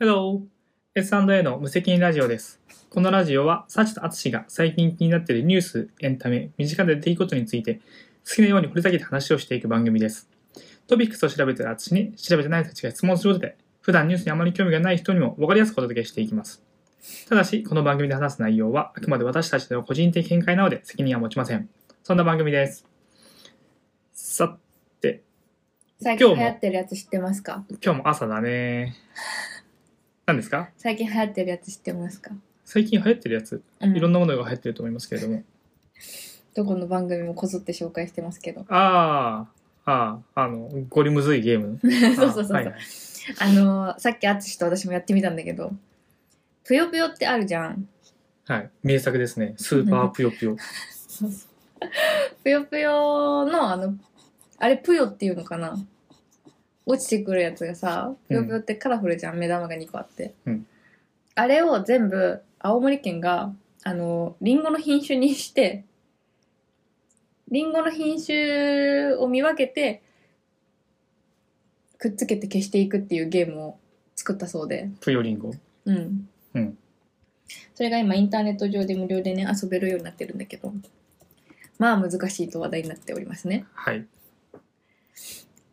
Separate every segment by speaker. Speaker 1: Hello! S&A の無責任ラジオです。このラジオは、サチとアツシが最近気になっているニュース、エンタメ、身近で出来事について、好きなように掘り下げて話をしていく番組です。トピックスを調べているアツシに、調べてない人たちが質問することで、普段ニュースにあまり興味がない人にも分かりやすくお届けしていきます。ただし、この番組で話す内容は、あくまで私たちの個人的見解なので、責任は持ちません。そんな番組です。さ、
Speaker 2: 最
Speaker 1: 今日
Speaker 2: 近流
Speaker 1: も
Speaker 2: 行ってるやつ知ってますか
Speaker 1: 今日も朝だね。何ですか
Speaker 2: 最近流行ってるやつ知ってますか、
Speaker 1: 最近流行ってるやつ
Speaker 2: うん、
Speaker 1: いろんなものが入ってると思いますけれど も。
Speaker 2: どこの番組もこぞって紹介してますけど
Speaker 1: ああ、ああ、あの、ゴリむずいゲーム。
Speaker 2: そうそうそうそう、
Speaker 1: はいはい
Speaker 2: あのーさっき淳と私もやってみたんだけどぷよぷよってあるじゃん
Speaker 1: はい。名作ですね。スーパーぷよぷ よ。
Speaker 2: ぷよぷよのあのあれぷよっていうのかな落ちてくるやつがさぷよぷよってカラフルじゃん、目玉が2個あって、
Speaker 1: うん
Speaker 2: あれを全部青森県があのリンゴの品種にしてリンゴの品種を見分けてくっつけて消していくっていうゲームを作ったそうで
Speaker 1: ぷよりんご。
Speaker 2: うん、
Speaker 1: うん
Speaker 2: それが今インターネット上で無料でね遊べるようになってるんだけどまあ難しいと話題になっておりますね
Speaker 1: はい。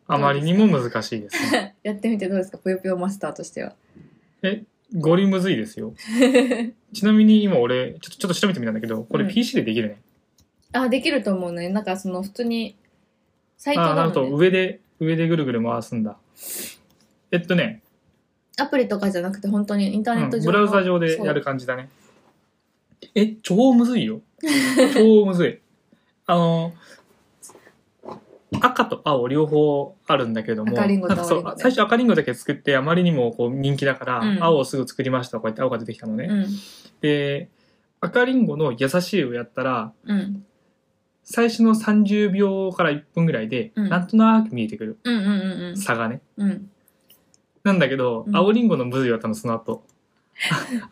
Speaker 1: あまりにも難しいです、 ね。
Speaker 2: やってみてどうですかぷよぷよマスターとしては
Speaker 1: ゴリむずいです よ。ちなみに今俺、ちょっと、ちょっと調べてみたんだけど、これ
Speaker 2: うん
Speaker 1: PC でできるね。
Speaker 2: あできると思うねなんかその普通にサイト
Speaker 1: ああ、な
Speaker 2: だ
Speaker 1: ると
Speaker 2: もんね
Speaker 1: 上で、上でぐるぐる回すんだ。えっとね、
Speaker 2: アプリとかじゃなくて本当にインターネット
Speaker 1: うんブ
Speaker 2: 上の、
Speaker 1: ラウザ上でやる感じだねえ超むずい よ超むずいあの赤と青両方あるんだけども
Speaker 2: 赤リンゴと
Speaker 1: なんかそう
Speaker 2: 青リンゴね
Speaker 1: 最初赤リンゴだけ作ってあまりにもこう人気だから、
Speaker 2: うん
Speaker 1: 青をすぐ作りましたこうやって青が出てきたのね、
Speaker 2: そう
Speaker 1: で赤リンゴの「優しい」をやったら
Speaker 2: うんうん
Speaker 1: 最初の30秒から1分ぐらいで、
Speaker 2: うん
Speaker 1: なんとなく見えてくる
Speaker 2: うんうんうん
Speaker 1: 差がね
Speaker 2: うんうん
Speaker 1: なんだけど、
Speaker 2: うん
Speaker 1: 青りんごのむずいやったの、その 後。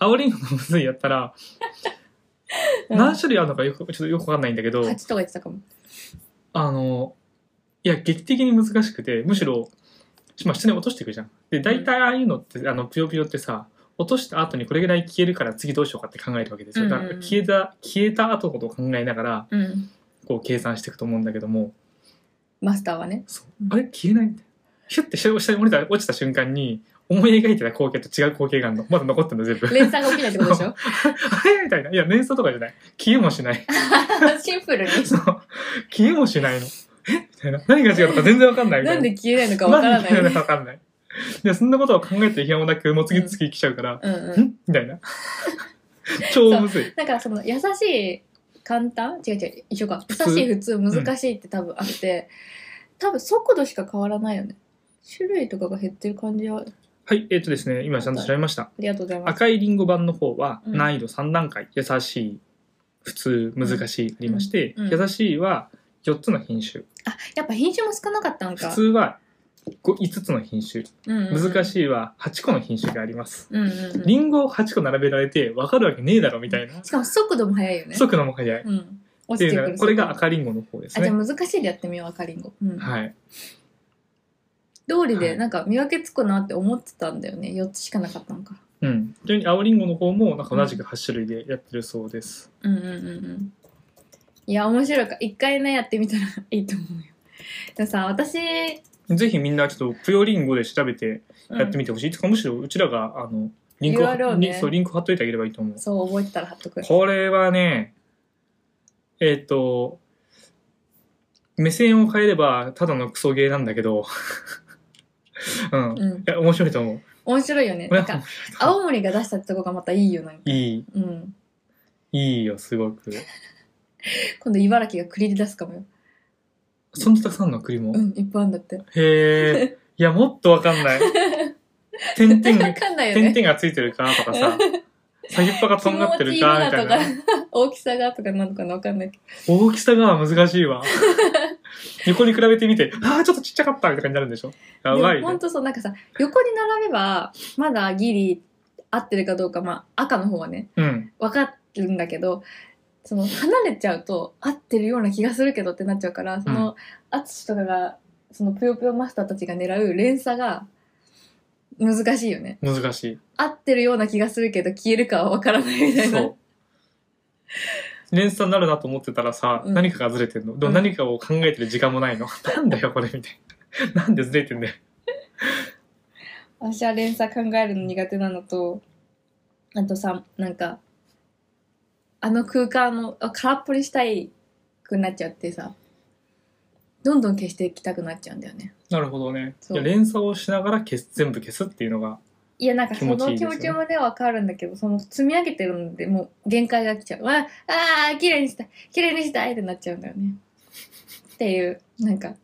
Speaker 1: 青りんごのむずいやったら、
Speaker 2: うん
Speaker 1: 何種類あるのかよく、ちょっとよくわかんないんだけど、
Speaker 2: 8とか言ってたかも
Speaker 1: あの、いや、劇的に難しくて、むしろ、まあ、下に落としていくじゃん。で、大体ああいうのって、あの、ぷよぷよってさ、落とした後にこれぐらい消えるから次どうしようかって考えるわけですよ。だか
Speaker 2: うんうん
Speaker 1: ら
Speaker 2: うん
Speaker 1: 消えた、消えた後のことを考えながら、
Speaker 2: うん
Speaker 1: こう計算していくと思うんだけども、
Speaker 2: マスターはね
Speaker 1: そうあれ消えないみたいな。ヒュッて下に下に降りた落ちた瞬間に、思い描いてた光景と違う光景があるの。まだ残ってんの、 全部。
Speaker 2: 連鎖が起きないってことでし ょ
Speaker 1: あれみたいな。いや、連想とかじゃない。消えもしない。
Speaker 2: シンプルに
Speaker 1: そう。消えもしないの。えみたいな。何が違うとか全然わかんないみたい
Speaker 2: な
Speaker 1: な。
Speaker 2: んで消えないのかわから
Speaker 1: んで
Speaker 2: な
Speaker 1: 消え
Speaker 2: い
Speaker 1: のかわかんない。いや、そんなことを考えてる暇もなく、もう次々来ちゃうから、
Speaker 2: うんうん
Speaker 1: んみたいな。 超むずい。
Speaker 2: だからその優しい簡単違う違う一緒か
Speaker 1: 普
Speaker 2: 優
Speaker 1: 通
Speaker 2: しい普通難しいって多分あって、多分速度しか変わらないよね種類とかが減ってる感じはあ
Speaker 1: はい、えっ、とですね、今ちゃんと調べました。
Speaker 2: りがとうございます
Speaker 1: 赤いリンゴ版の方は、
Speaker 2: うん
Speaker 1: 難易度3段階。優しい、普通、難しい、ありまして、
Speaker 2: うんうん
Speaker 1: 優しいは4つの品種。
Speaker 2: あやっぱ品種も少なかったんか
Speaker 1: 普通は5つの品種。
Speaker 2: うんうん、
Speaker 1: 難
Speaker 2: い、
Speaker 1: しいは8個の品種があります。
Speaker 2: うんうんうん、
Speaker 1: リンゴを8個並べられて分かるわけねえだろみたいな
Speaker 2: しかも速度も速いよね
Speaker 1: 速度も速いっ
Speaker 2: うん
Speaker 1: て
Speaker 2: 落
Speaker 1: い
Speaker 2: ちて
Speaker 1: うの
Speaker 2: くる
Speaker 1: がこれが赤リンゴの方です
Speaker 2: あじゃあ
Speaker 1: ね
Speaker 2: 難しいでやってみよう赤リンゴ、うん
Speaker 1: はい
Speaker 2: 道理
Speaker 1: はい
Speaker 2: でなんか見分けつくなって思ってたんだよね4つしかなかったんか
Speaker 1: うんちなみに青リンゴの方もなんか同じく8種類でやってるそうです
Speaker 2: うんうんうんうんいや面白いから一回ねやってみたらいいと思うよでもさ私
Speaker 1: ぜひみんなちょっとぷよリンゴで調べて
Speaker 2: うん
Speaker 1: やってみてほしい、いつかむしろうちらがあのリンクを
Speaker 2: URL ね
Speaker 1: リンそうリンク貼っといてあげればいいと思う
Speaker 2: そう覚えてたら貼っとく。
Speaker 1: これはねえっ、と目線を変えればただのクソゲーなんだけど うん、い
Speaker 2: うん、
Speaker 1: や面白いと思う
Speaker 2: 面白いよね。
Speaker 1: これ
Speaker 2: なん
Speaker 1: は面
Speaker 2: か
Speaker 1: 白いと思う
Speaker 2: 青森が出したってとこがまたいいよなんか。
Speaker 1: いい
Speaker 2: うん。
Speaker 1: いいよ、すごく。
Speaker 2: 今度茨城が栗で出すかもよ。
Speaker 1: そんなたくさんあんの栗も。
Speaker 2: う
Speaker 1: へ
Speaker 2: ん、いっぱいあんだって。
Speaker 1: え。いや、もっとわかんない。点
Speaker 2: 絶対
Speaker 1: 々
Speaker 2: わ
Speaker 1: が、
Speaker 2: かんないよ
Speaker 1: 点
Speaker 2: ね。
Speaker 1: 々がついてるかとかさ、先っぽがとんがってるかみたいな。
Speaker 2: 気持ちいいものとか 大きさがとかなのかなわかんないけど。
Speaker 1: 大きさが難しい わ。横に比べてみて、ああ、ちょっとちっちゃかったみたいになるんでしょやば
Speaker 2: で
Speaker 1: い
Speaker 2: もほ
Speaker 1: ね
Speaker 2: ん。とそう、なんかさ、横に並べば、まだギリ合ってるかどうか、まあ赤の方はね、
Speaker 1: うん。
Speaker 2: わかるんだけど、その離れちゃうと合ってるような気がするけどってなっちゃうから、その、淳とかが、そのぷよぷよマスターたちが狙う連鎖が、難しいよね。
Speaker 1: 難し
Speaker 2: 合ってるような気がするけど消えるかはわからないみ
Speaker 1: い。
Speaker 2: たい
Speaker 1: そ
Speaker 2: な
Speaker 1: う。。連鎖になるなと思ってたらさ、
Speaker 2: うん
Speaker 1: 何かがずれてんの。でも
Speaker 2: うん
Speaker 1: 何かを考えてる時間もないの。 なんだよ、これ、みたいな。 なんでずれてんだよ。
Speaker 2: 私は連鎖考えるの苦手なのと、あとさ、なんか、あの空間の、あ空っぽにしたいくなっちゃってさ、どんどん消していきたくなっちゃうんだよね。
Speaker 1: なるほどね。
Speaker 2: そう
Speaker 1: いや連鎖をしながら消す、全部消すっていうのが。
Speaker 2: いや、なんかそ
Speaker 1: 気持ちい
Speaker 2: の
Speaker 1: いで
Speaker 2: 気
Speaker 1: すよ
Speaker 2: 持
Speaker 1: ね
Speaker 2: ちもね、わかるんだけど、その積み上げてるので、もう限界が来ちゃう。わあー、綺麗にしたい、綺麗にしたいってなっちゃうんだよね。っていう、なんか、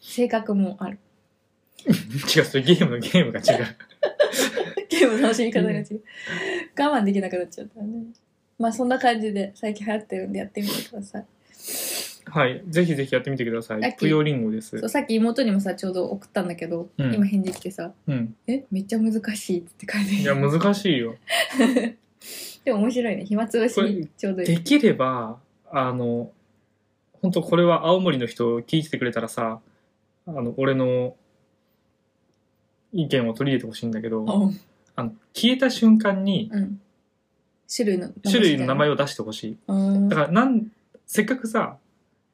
Speaker 2: 性格もある。
Speaker 1: 違う、それゲームのゲームが違う。
Speaker 2: ゲームの楽しみ方が違う。我慢できなくなっちゃったね。まあそんな感じで最近流行ってるんでやってみてください。
Speaker 1: はい。ぜひぜひやってみてくださ
Speaker 2: ラッ
Speaker 1: い。
Speaker 2: キー
Speaker 1: ぷよりんごで
Speaker 2: そう
Speaker 1: す。
Speaker 2: さっき妹にもさちょうど送ったんだけど、
Speaker 1: うん
Speaker 2: 今返事来てさ
Speaker 1: うん。
Speaker 2: 「えめっちゃ難しい」って書いて
Speaker 1: いや、難しいよ。
Speaker 2: でも面白いね暇つぶしにちょうどいい
Speaker 1: で。きればあの本当これは青森の人聞いててくれたらさあの俺の意見を取り入れてほしいんだけど
Speaker 2: うん
Speaker 1: あの消えた瞬間に
Speaker 2: うん、種類の
Speaker 1: 種類の名前
Speaker 2: を
Speaker 1: を出してほしいだ
Speaker 2: 確
Speaker 1: からなんせっかくさ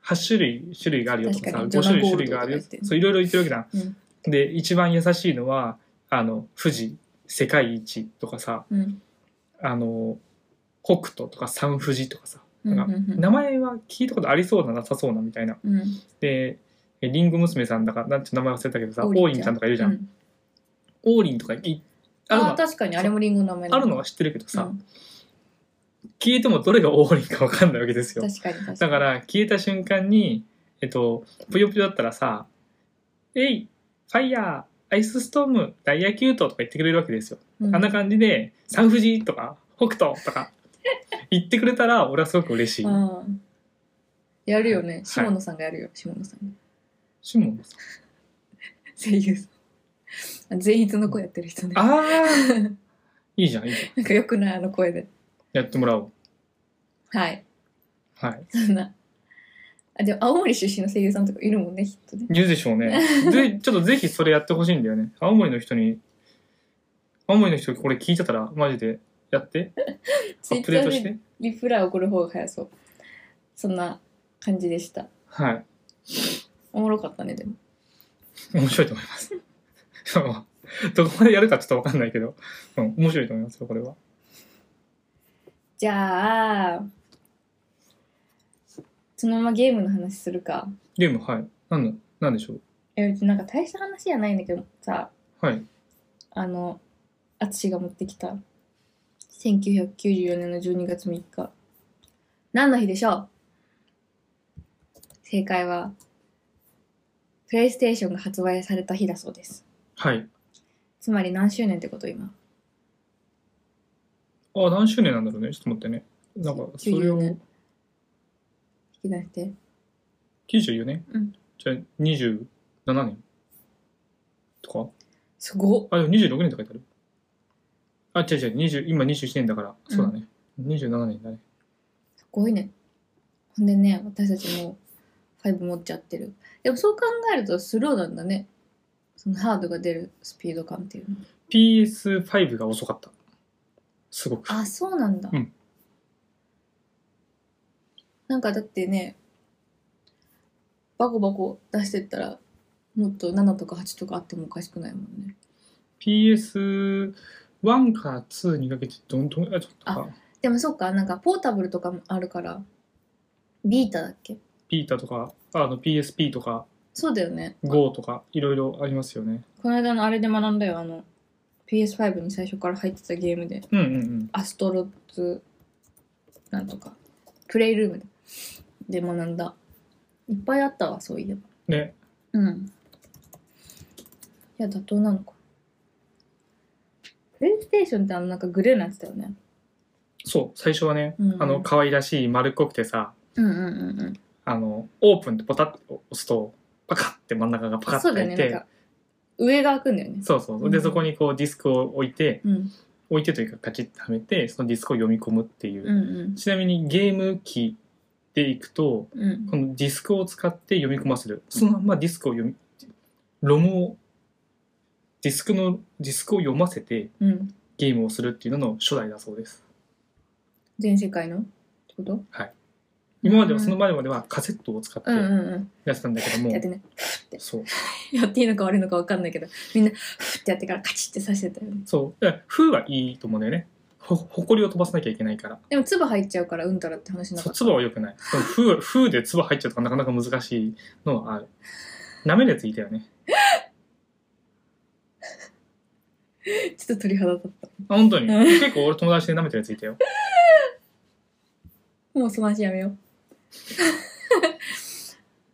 Speaker 1: 8種類種類があるよとかさ
Speaker 2: 確かに
Speaker 1: 5種類
Speaker 2: ジョナゴールド
Speaker 1: 種類があるよ
Speaker 2: とか言って
Speaker 1: そういろいろ言ってるわけじゃん、で一番優しいのはあの富士世界一とかさ
Speaker 2: うん
Speaker 1: あの北斗とか三富士とかさ
Speaker 2: う
Speaker 1: なん
Speaker 2: ん
Speaker 1: か名前は聞いたことありそうななさそうなみたいな
Speaker 2: うん
Speaker 1: でえリンゴ娘さんだかなんて名前忘れたけどさ
Speaker 2: 王
Speaker 1: 王
Speaker 2: 林
Speaker 1: 林ちゃんとかいるじゃん、
Speaker 2: う
Speaker 1: 王林とかいある
Speaker 2: あ
Speaker 1: の
Speaker 2: 確かにあれもリンゴの名前
Speaker 1: あるのは知ってるけどさ、
Speaker 2: うん
Speaker 1: 消えてもどれが王林か分かんないわけですよ
Speaker 2: 確かに確かに
Speaker 1: だから消えた瞬間にえっとぷよぷよだったらさ「えいファイヤーアイスストームダイヤキュート」とか言ってくれるわけですよ、
Speaker 2: うん
Speaker 1: あんな感じで「三富士」とか「北斗」とか言ってくれたら俺はすごく嬉しい
Speaker 2: うんやるよね、
Speaker 1: はい
Speaker 2: 下野さんがやるよ下野さんが
Speaker 1: シモンさん
Speaker 2: 声優さんあ善逸の声やってる人ね
Speaker 1: あー いいじゃんいいじゃん
Speaker 2: なんかよくないあの声で
Speaker 1: やってもらおう
Speaker 2: はい
Speaker 1: はい
Speaker 2: そんな。あ、でも青森出身の声優さんとかいるもんね、きっとね。
Speaker 1: いるでしょうね。 で、ちょっとぜひそれやってほしいんだよね。青森の人に、青森の人これ聞いてたら、マジでやって、ア
Speaker 2: ツイ
Speaker 1: ップ
Speaker 2: ッ
Speaker 1: デー
Speaker 2: タ
Speaker 1: トし
Speaker 2: ーで
Speaker 1: て。
Speaker 2: リプライ送る方が早そう。そんな感じでした。
Speaker 1: はい。
Speaker 2: おもろかったね、でも。
Speaker 1: 面白いと思います。そうどこまでやるかちょっとわかんないけど、うん、面白いと思いますよ、これは。
Speaker 2: じゃあ、そのままゲームの話するか。
Speaker 1: ゲーム、はい。なんだ、なんでしょう。
Speaker 2: え、うちなんか大した話じゃないんだけどさ、
Speaker 1: はい。
Speaker 2: あの、あつしが持ってきた。1994年の12月3日。何の日でしょう正解は、プレイステーションが発売された日だそうです。
Speaker 1: はい。
Speaker 2: つまり何周年ってこと今。
Speaker 1: あ、何周年なんだろうね。ちょっと待ってね。なんか、それ
Speaker 2: 94
Speaker 1: を
Speaker 2: 年、引き出して。
Speaker 1: 94年
Speaker 2: うん
Speaker 1: じゃあ、27年とか
Speaker 2: すごっ
Speaker 1: あ、でも26年って書いてある。あ、違う違う、20今21年だから、そうだね。27年だね。
Speaker 2: すごいね。ほんでね、私たちも5持っちゃってる。でもそう考えるとスローなんだね。そのハードが出るスピード感っていうのは。
Speaker 1: PS5 が遅かった。すごく。
Speaker 2: あそうなんだ、
Speaker 1: うん
Speaker 2: なんかだってねバコバコ出してったらもっと7とか8とかあってもおかしくないもんね
Speaker 1: PS1 から2にかけてどんどん、あ、ちょっとか、
Speaker 2: でもそっかなんかポータブルとかもあるからビータだっけ
Speaker 1: ビータとか、あの PSP とか、
Speaker 2: そうだよね
Speaker 1: GO とか、いろいろありますよね。
Speaker 2: この間のあれで学んだよあの PS5 に最初から入ってたゲームで
Speaker 1: うんうんうん。
Speaker 2: アストロズなんとかプレイルームで学んだいっぱいあったわそういえば
Speaker 1: ね。
Speaker 2: うん。いや、妥当なのか。プレイステーションってあの、なんかグレーのやつだよね。
Speaker 1: そう、最初はね、
Speaker 2: うん
Speaker 1: あの、可愛らしい丸っこくてさ、
Speaker 2: うんうんうんうん。
Speaker 1: あの、オープンってポタッと押すと、パカッて真ん中がパカッ
Speaker 2: そ
Speaker 1: て
Speaker 2: う
Speaker 1: 開
Speaker 2: だよ
Speaker 1: い
Speaker 2: ね、
Speaker 1: て、
Speaker 2: なんか、上が開くんだよね。
Speaker 1: そうそうそう。で、
Speaker 2: うん
Speaker 1: そこにこうディスクを置いて、
Speaker 2: うん。
Speaker 1: 置いてというかカチッとはめてそのディスクを読み込むっていう、
Speaker 2: うんうん。
Speaker 1: ちなみにゲーム機でいくと
Speaker 2: うん
Speaker 1: こ。のディスクを使って読み込ませるそのままディスクを読みロムをディスクのディスクを読ませて
Speaker 2: うん。
Speaker 1: ゲームをするっていうのの初代だそうです
Speaker 2: 全世界のってこと
Speaker 1: 今まではその前まではカセットを使って
Speaker 2: うんうん
Speaker 1: や
Speaker 2: うん。
Speaker 1: ってたんだけども、
Speaker 2: やってね。
Speaker 1: そう
Speaker 2: やっていいのか悪いのか分かんないけど、みんな、ふってやってからカチッて刺してたよね。
Speaker 1: そうだから風はいいと思うんだよねほ埃を飛ばさなきゃいけないから
Speaker 2: でも、唾入っちゃうからうんたらって話な
Speaker 1: そう
Speaker 2: かった。
Speaker 1: 唾は良くないでも風風で唾入っちゃうとかなかなか難しいのはある舐めるやついたよね
Speaker 2: ちょっと鳥肌立った。
Speaker 1: あ本当に
Speaker 2: うん
Speaker 1: 結構俺友達で舐めてるやついたよ
Speaker 2: もうその話やめよう。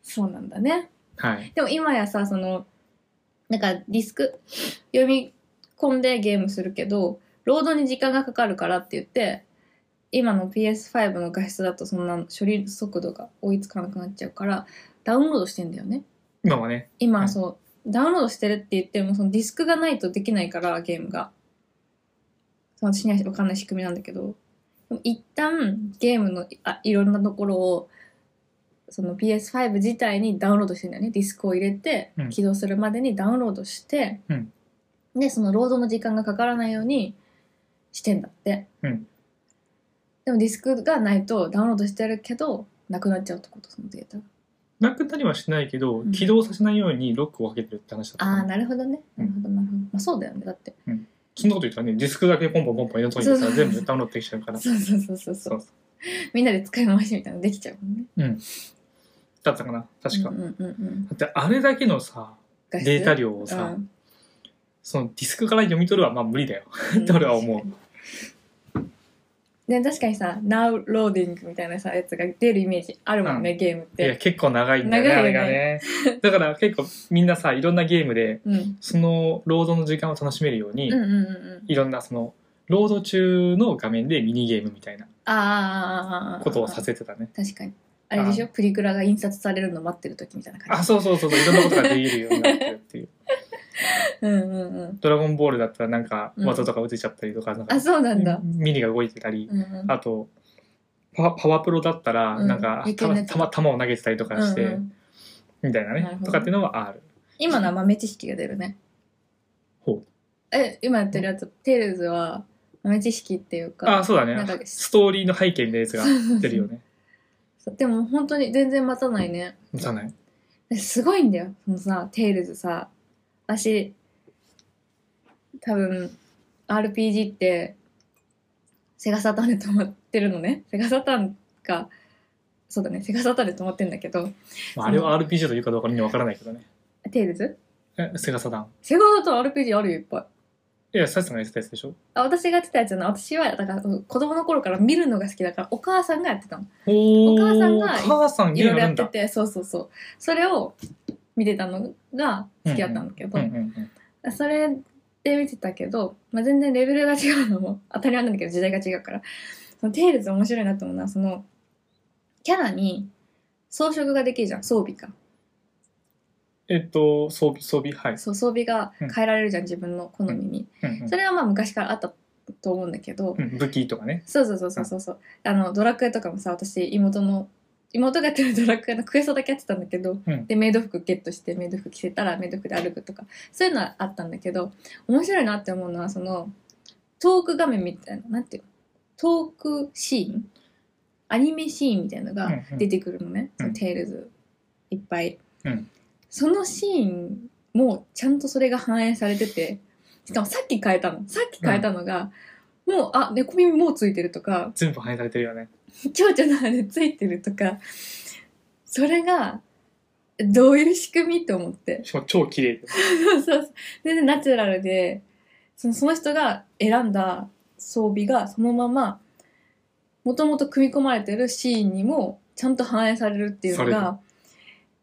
Speaker 2: そうなんだね。
Speaker 1: はい
Speaker 2: でも今やさ、その、なんかディスク読み込んでゲームするけど、ロードに時間がかかるからって言って、今の PS5 の画質だとそんな処理速度が追いつかなくなっちゃうから、ダウンロードしてんだよね。
Speaker 1: 今はね
Speaker 2: 今
Speaker 1: は
Speaker 2: はいそう、ダウンロードしてるって言っても、そのディスクがないとできないから、ゲームが。その私には分かんない仕組みなんだけど、でも一旦ゲームのあいろんなところを、その PS5 自体にダウンロードしてんだよね。ディスクを入れて
Speaker 1: うん、
Speaker 2: 起動するまでにダウンロードして、
Speaker 1: うん
Speaker 2: で、そのロードの時間がかからないようにしてんだって。
Speaker 1: うん
Speaker 2: でもディスクがないとダウンロードしてるけど、なくなっちゃうってこと、そのデータが。
Speaker 1: なくなりはしないけど、
Speaker 2: うん
Speaker 1: 起動させないようにロックをかけてるって話だった
Speaker 2: ああ、
Speaker 1: かな
Speaker 2: なるほどね。なるほど、なるほど。まあそうだよね。だって。
Speaker 1: そんなこと言ったらねディスクだけポンポンポンポン入れといて
Speaker 2: そ
Speaker 1: さ
Speaker 2: うそう
Speaker 1: 全部ダウンロードできちゃうから
Speaker 2: そうそうそうそうそう。みんなで使い回しみたいなのできちゃうもんね。
Speaker 1: だったかな確か、
Speaker 2: うんうんうんうん。
Speaker 1: だってあれだけのさ
Speaker 2: 画質
Speaker 1: データ量をさ、
Speaker 2: うん
Speaker 1: そのディスクから読み取るはまあ無理だよ
Speaker 2: うん
Speaker 1: と俺は思う
Speaker 2: で確かにさ、Now Loading みたいなさ、やつが出るイメージあるもんね、ゲームっ
Speaker 1: いや
Speaker 2: て。
Speaker 1: 結構長いんだよね
Speaker 2: 長い
Speaker 1: あ
Speaker 2: よ
Speaker 1: れがねだから結構みんなさいろんなゲームで
Speaker 2: うん。
Speaker 1: そのロードの時間を楽しめるように、
Speaker 2: うんうんうんうん。
Speaker 1: いろんなそのロード中の画面でミニゲームみたいな
Speaker 2: ああああああああ。
Speaker 1: ことをさせてたね
Speaker 2: 確かに。あれでしょプリクラが印刷されるの待ってる時みたいな
Speaker 1: あ
Speaker 2: 感じ。
Speaker 1: そうそうそうそういろんなことができるようになってる っていう
Speaker 2: うんうんうん。
Speaker 1: ドラゴンボールだったらなんか
Speaker 2: うん
Speaker 1: 技とか打てちゃったりとかなんか
Speaker 2: あ、そうなんだ。
Speaker 1: ミニが動いてたり
Speaker 2: うんうん。
Speaker 1: あとパワパワプロだったら
Speaker 2: うん
Speaker 1: なんか
Speaker 2: 野球
Speaker 1: た
Speaker 2: の
Speaker 1: ま
Speaker 2: やつ
Speaker 1: たま球を投げてたりとかして、
Speaker 2: うんうん
Speaker 1: みたいな
Speaker 2: なる
Speaker 1: ね
Speaker 2: ほど
Speaker 1: とかっていうのはある
Speaker 2: 今のは豆知識が出るね。
Speaker 1: ほう
Speaker 2: え、今やってるやつ、テールズは豆知識っていうか。
Speaker 1: あそうだね
Speaker 2: なんか
Speaker 1: ストーリーの背景みたいなやつが出るよね
Speaker 2: そうでも本当に全然待たないね。
Speaker 1: 持たない
Speaker 2: すごいんだよ。そのさ、テイルズさ、私、多分、RPG って、セガサターンで止まってるのね。セガサターンか、そうだね、セガサターンで止まってんだけど、
Speaker 1: まあ、あれは RPG というかどうかみんなわからないけどね。
Speaker 2: テイルズ
Speaker 1: え、セガサターン。
Speaker 2: セガサターン RPG あるよ、いっぱい。
Speaker 1: いや、サチさんがやってたやつでしょ
Speaker 2: あ私がやってたやつじゃない私は、だから、子供の頃から見るのが好きだから、お母さんがやってたの。
Speaker 1: お
Speaker 2: お母さんが
Speaker 1: お母さん
Speaker 2: い
Speaker 1: ゲー
Speaker 2: ろい
Speaker 1: ム
Speaker 2: ろ
Speaker 1: な
Speaker 2: や
Speaker 1: ん
Speaker 2: って
Speaker 1: だ。
Speaker 2: て、そうそうそう。それを見てたのが好きだったんだけど、
Speaker 1: うんうんうん。
Speaker 2: それで見てたけど、まあ、全然レベルが違うのも 当たり前なんだけど時代が違うからそのテイルズ面白いなと思うのはそのキャラに装飾ができるじゃん装備か
Speaker 1: えっと、装備、装備、はい。
Speaker 2: そう装備が変えられるじゃん、自分の好みに、
Speaker 1: うんうん
Speaker 2: それはまあ昔からあったと思うんだけど、
Speaker 1: うん武器とかね。
Speaker 2: そうそうそうそうそうそうあのドラクエとかもさ私妹の妹がやってるドラクエのクエストだけやってたんだけど、
Speaker 1: うん
Speaker 2: でメイド服ゲットしてメイド服着せたらメイド服で歩くとかそういうのはあったんだけど面白いなって思うのはそのトーク画面みたいななんていうのトークシーンアニメシーンみたいなのが
Speaker 1: うんうん
Speaker 2: 出てくるのね、
Speaker 1: うん
Speaker 2: そのテイルズいっぱい、
Speaker 1: うん
Speaker 2: そのシーンもちゃんとそれが反映されててしかもさっき変えたのさっき変えたのが、もうあ猫耳もうついてるとか
Speaker 1: 全部反映されてるよね。
Speaker 2: 蝶々の羽ついてるとかそれがどういう仕組みと思って
Speaker 1: しかも超綺麗で。
Speaker 2: そうそうそう全然ナチュラルでそのその人が選んだ装備がそのままもともと組み込まれてるシーンにもちゃんと反映されるっていうの
Speaker 1: され
Speaker 2: が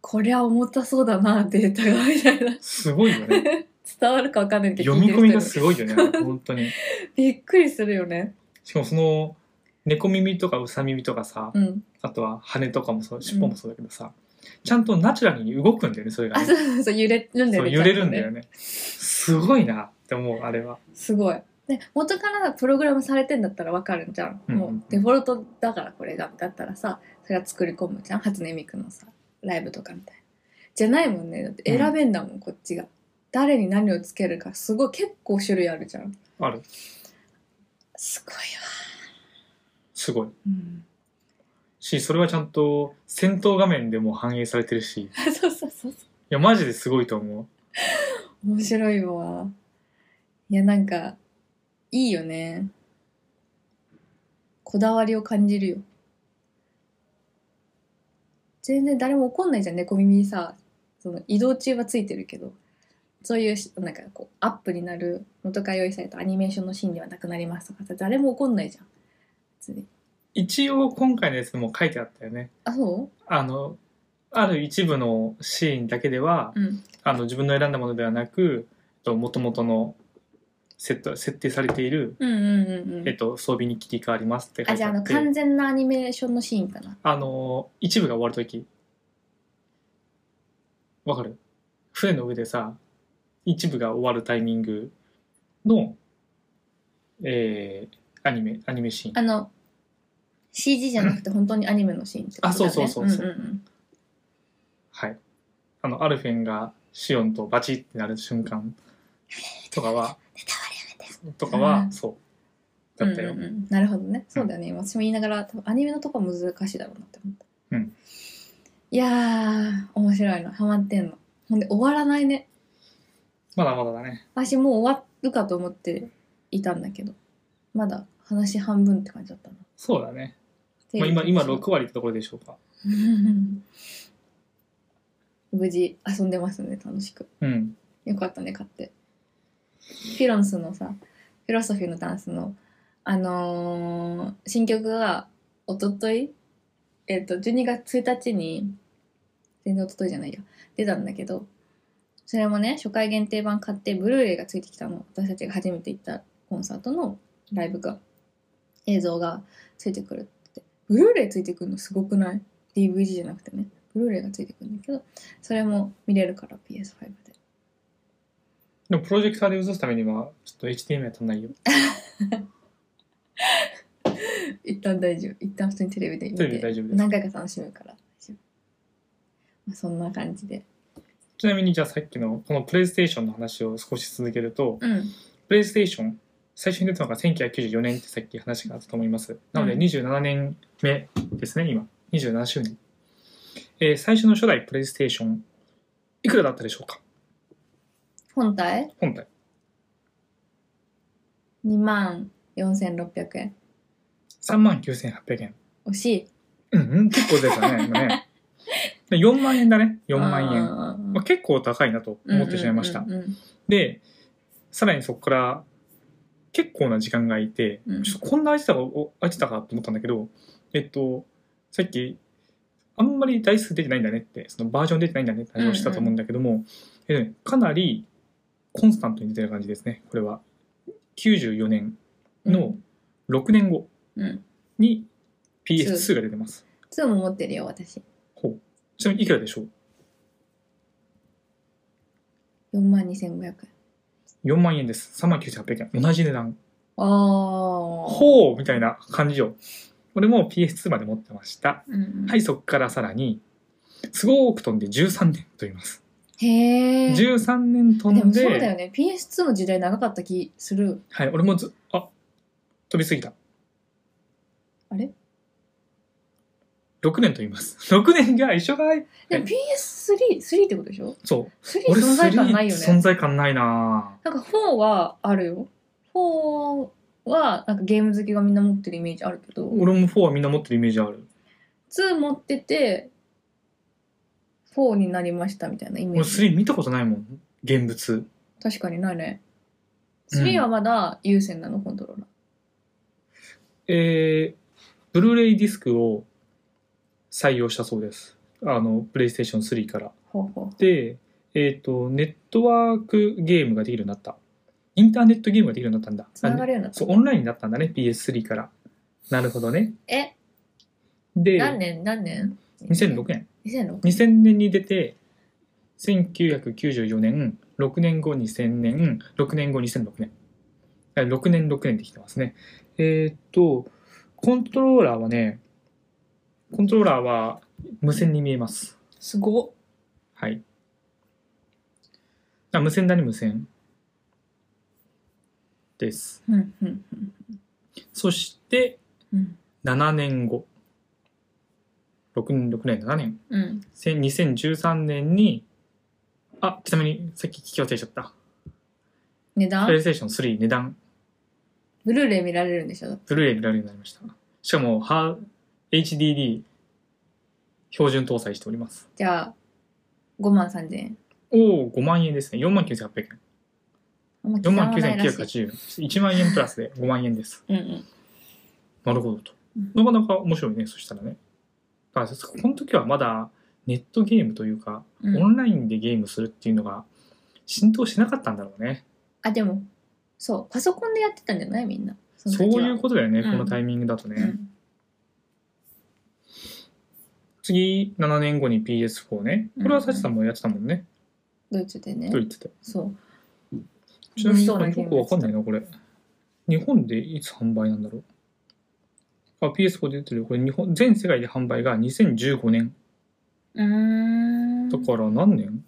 Speaker 2: こりゃ重たそうだなデータがみたいな
Speaker 1: すごいよね。
Speaker 2: 伝わるかわかんないけど
Speaker 1: 読み込みが
Speaker 2: 聞
Speaker 1: す
Speaker 2: いてる人
Speaker 1: ごいよね。本当に。
Speaker 2: にびっくりするよね
Speaker 1: しかもその、猫耳とかうさ耳とかさ、
Speaker 2: うん
Speaker 1: あとは羽とかもそう、尻尾もそうだけどさ、ちゃんとナチュラルに動くんだよね、それが
Speaker 2: あ
Speaker 1: ね、
Speaker 2: そうそうそう揺れるんだ
Speaker 1: そ
Speaker 2: よ
Speaker 1: う
Speaker 2: ね
Speaker 1: 揺れるんだ
Speaker 2: ちゃとね
Speaker 1: よね。すごいなって思う、あれは。
Speaker 2: すごい。で元からプログラムされてんだったらわかるじゃん。
Speaker 1: うんうん
Speaker 2: もうデフォルトだからこれがだったらさ、それは作り込むじゃん。初音ミクのさ、ライブとかみたいな。じゃないもんね。だって選べんだもん、こっちが。誰に何をつけるかすごい結構種類あるじゃん
Speaker 1: ある。
Speaker 2: すごいわ、
Speaker 1: すごい。
Speaker 2: うん、
Speaker 1: し、それはちゃんと戦闘画面でも反映されてるし、い
Speaker 2: そうそうそうそう
Speaker 1: や、マジですごいと思う。
Speaker 2: 面白いわいやなんかいいよねこだわりを感じるよ全然誰も怒んないじゃん猫耳にさその移動中はついてるけどそういうしなんかこうアップになるのとか用意されたアニメーションのシーンではなくなりますとかさ誰も怒んないじゃん別に
Speaker 1: 一応今回のやつでも書いてあったよね。
Speaker 2: あそ
Speaker 1: あの、ある一部のシーンだけでは、
Speaker 2: ううん
Speaker 1: あの自分の選んだものではなく、もともとのセット設定されている、
Speaker 2: うんうんうんう
Speaker 1: えっ
Speaker 2: ん
Speaker 1: と、装備に切り替わりますって書
Speaker 2: あ
Speaker 1: い
Speaker 2: じ
Speaker 1: て
Speaker 2: ゃあ
Speaker 1: あ
Speaker 2: あの
Speaker 1: って、
Speaker 2: 完全なアニメーションのシーンかな
Speaker 1: あの、一部が終わるとき、わかる船の上でさ、一部が終わるタイミングの、えー、アニメ、アニメシーン。
Speaker 2: あの CG じゃなくて本当にアニメのシーンってことだ、ね、
Speaker 1: あそうそうそうそう
Speaker 2: うんうん
Speaker 1: はい。あの、アルフェンがシオンとバチってなる瞬間とか は、
Speaker 2: ネタバレやめて
Speaker 1: とか
Speaker 2: う
Speaker 1: は、
Speaker 2: ん
Speaker 1: そう。だったよ
Speaker 2: うん。うんうんなるほどねそうだよね、私も言いながら多分アニメのとこは難しいだろうなって思った
Speaker 1: うん
Speaker 2: いやー面白いのハマってんのほんで終わらないね
Speaker 1: まだまだだね。
Speaker 2: 私もう終わるかと思っていたんだけどまだ話半分って感じだったな
Speaker 1: そうだね。
Speaker 2: で
Speaker 1: まあ、今、今6割ってところでしょうか。
Speaker 2: 無事遊んでますね楽しく
Speaker 1: うん。
Speaker 2: よかったね買ってフィロンスのさフィロソフィーのダンスのあのー新曲がおとといえっ、と12月1日に全然おとといじゃないや出たんだけどそれもね初回限定版買ってブルーレイがついてきたの私たちが初めて行ったコンサートのライブが映像がついてくるってブルーレイついてくるのすごくない ?DVD じゃなくてねブルーレイがついてくるんだけどそれも見れるから PS5 で
Speaker 1: でも、プロジェクターで映すためには、ちょっと HDMI は足んないよ。
Speaker 2: 一旦大丈夫一旦普通にテレビで見
Speaker 1: テレビ
Speaker 2: て
Speaker 1: で大丈夫です
Speaker 2: 何回か楽しむから大丈夫、まあ、そんな感じで
Speaker 1: ちなみに、じゃあさっきの、このプレイステーションの話を少し続けると、
Speaker 2: うん
Speaker 1: プレイステーション、最初に出たのが1994年ってさっき話があったと思います。なので
Speaker 2: うん
Speaker 1: 27年目ですね、今。27周年。えー最初の初代プレイステーション、いくらだったでしょうか
Speaker 2: 本体
Speaker 1: 本体。
Speaker 2: 2万4600円
Speaker 1: 39,800円。
Speaker 2: 惜しい
Speaker 1: うん、うん、結構出たね、今 ね。で4万円だね、4万円。
Speaker 2: 円
Speaker 1: まあ、結構高いなと思ってしまいました。で、さらにそこから結構な時間が空いて、
Speaker 2: うん
Speaker 1: ちょっとこんな空いてたか、お空いてたかと思ったんだけど、えっと、さっき、あんまり台数出てないんだねって、そのバージョン出てないんだねって話をしたと思うんだけども、えっとねかなりコンスタントに出てる感じですね、これは。94年の6年後
Speaker 2: うん
Speaker 1: に PS2 が出てます。
Speaker 2: 2も持ってるよ私
Speaker 1: ほう。ちなみにいくらでしょう
Speaker 2: 4万2500円
Speaker 1: ?4 万円です。3万9800円。同じ値段。
Speaker 2: ああ
Speaker 1: ほうみたいな感じよ。俺も PS2 まで持ってました。はいい、そこからさらに、すごく飛んで13年と言います。
Speaker 2: へえで
Speaker 1: 13年飛ん
Speaker 2: も
Speaker 1: で、
Speaker 2: そうだよね PS2 の時代長かった気する
Speaker 1: はい、俺もず、あ、飛びすぎた。
Speaker 2: あれ
Speaker 1: 6年と言います。6年 が一緒かい
Speaker 2: でも PS33 ってことでしょ
Speaker 1: そう。
Speaker 2: 3
Speaker 1: 俺
Speaker 2: 存在感ないよね
Speaker 1: 3存在感ないなぁ
Speaker 2: なんか4はあるよ。4はなんかゲーム好きがみんな持ってるイメージあるけど、
Speaker 1: 俺も4はみんな持ってるイメージある。
Speaker 2: 2持ってて、4になりましたみたいなイメ
Speaker 1: 俺
Speaker 2: ージ。
Speaker 1: 3見たことないもん。現物。
Speaker 2: 確かにないね。
Speaker 1: うん
Speaker 2: 3はまだ優先なの、コントローラー。
Speaker 1: えー、ブルーレイディスクを採用したそうです。あの、プレイステーション3から。
Speaker 2: ほうほ
Speaker 1: で、えっ、と、ネットワークゲームができるようになった。インターネットゲームができるようになったんだ。
Speaker 2: う。つながるようになっ
Speaker 1: そ
Speaker 2: た
Speaker 1: う、。オンラインになったんだね、PS3 から。なるほどね。
Speaker 2: え、
Speaker 1: で、
Speaker 2: 何年何年
Speaker 1: ?2006 年。
Speaker 2: 2006年。
Speaker 1: 2000年に出て、1994年、6年後2000年、6年後2006年。あ6年、6年できてますね。えーっと、コントローラーはね、コントローラーは無線に見えます。
Speaker 2: すごっ。
Speaker 1: はい。あ無線だね無線です
Speaker 2: うんうんうん
Speaker 1: そして
Speaker 2: うん
Speaker 1: 7年後6年6年7年
Speaker 2: うん
Speaker 1: せん2013年にあちなみにさっき聞き忘れちゃった
Speaker 2: 値
Speaker 1: プレイ
Speaker 2: 段
Speaker 1: ステーション3値段
Speaker 2: ブルーレイ見られるんでしょ
Speaker 1: ブルーレイ見られるようになりましたしかもハ HDD 標準搭載しております
Speaker 2: じゃあ5万3000円
Speaker 1: おお5万円ですね4万9800円
Speaker 2: あんま
Speaker 1: 4
Speaker 2: 刻
Speaker 1: 万
Speaker 2: まないらしい
Speaker 1: 9980円1万円プラスで5万円です
Speaker 2: うんうん
Speaker 1: なるほどと
Speaker 2: うん。
Speaker 1: なかなか面白いね、そしたらね。あそこの時はまだネットゲームというか、
Speaker 2: うん
Speaker 1: オンラインでゲームするっていうのが浸透してなかったんだろうね。
Speaker 2: あでもそうパソコンでやってたんじゃないみんなその
Speaker 1: そ
Speaker 2: 時
Speaker 1: う
Speaker 2: は
Speaker 1: いうことだよね、
Speaker 2: うん
Speaker 1: このタイミングだとね。
Speaker 2: うん
Speaker 1: 次、7年後に PS4 ね。これはサチさんもやってたもんね。
Speaker 2: ドイツでね
Speaker 1: と言ってて。
Speaker 2: そう
Speaker 1: ちなみに
Speaker 2: 物騒なゲーム
Speaker 1: よくわかんないな、これ。日本でいつ販売なんだろう。あ、PS4 で出てる。これ日本、全世界で販売が2015年。
Speaker 2: うーん
Speaker 1: だから何年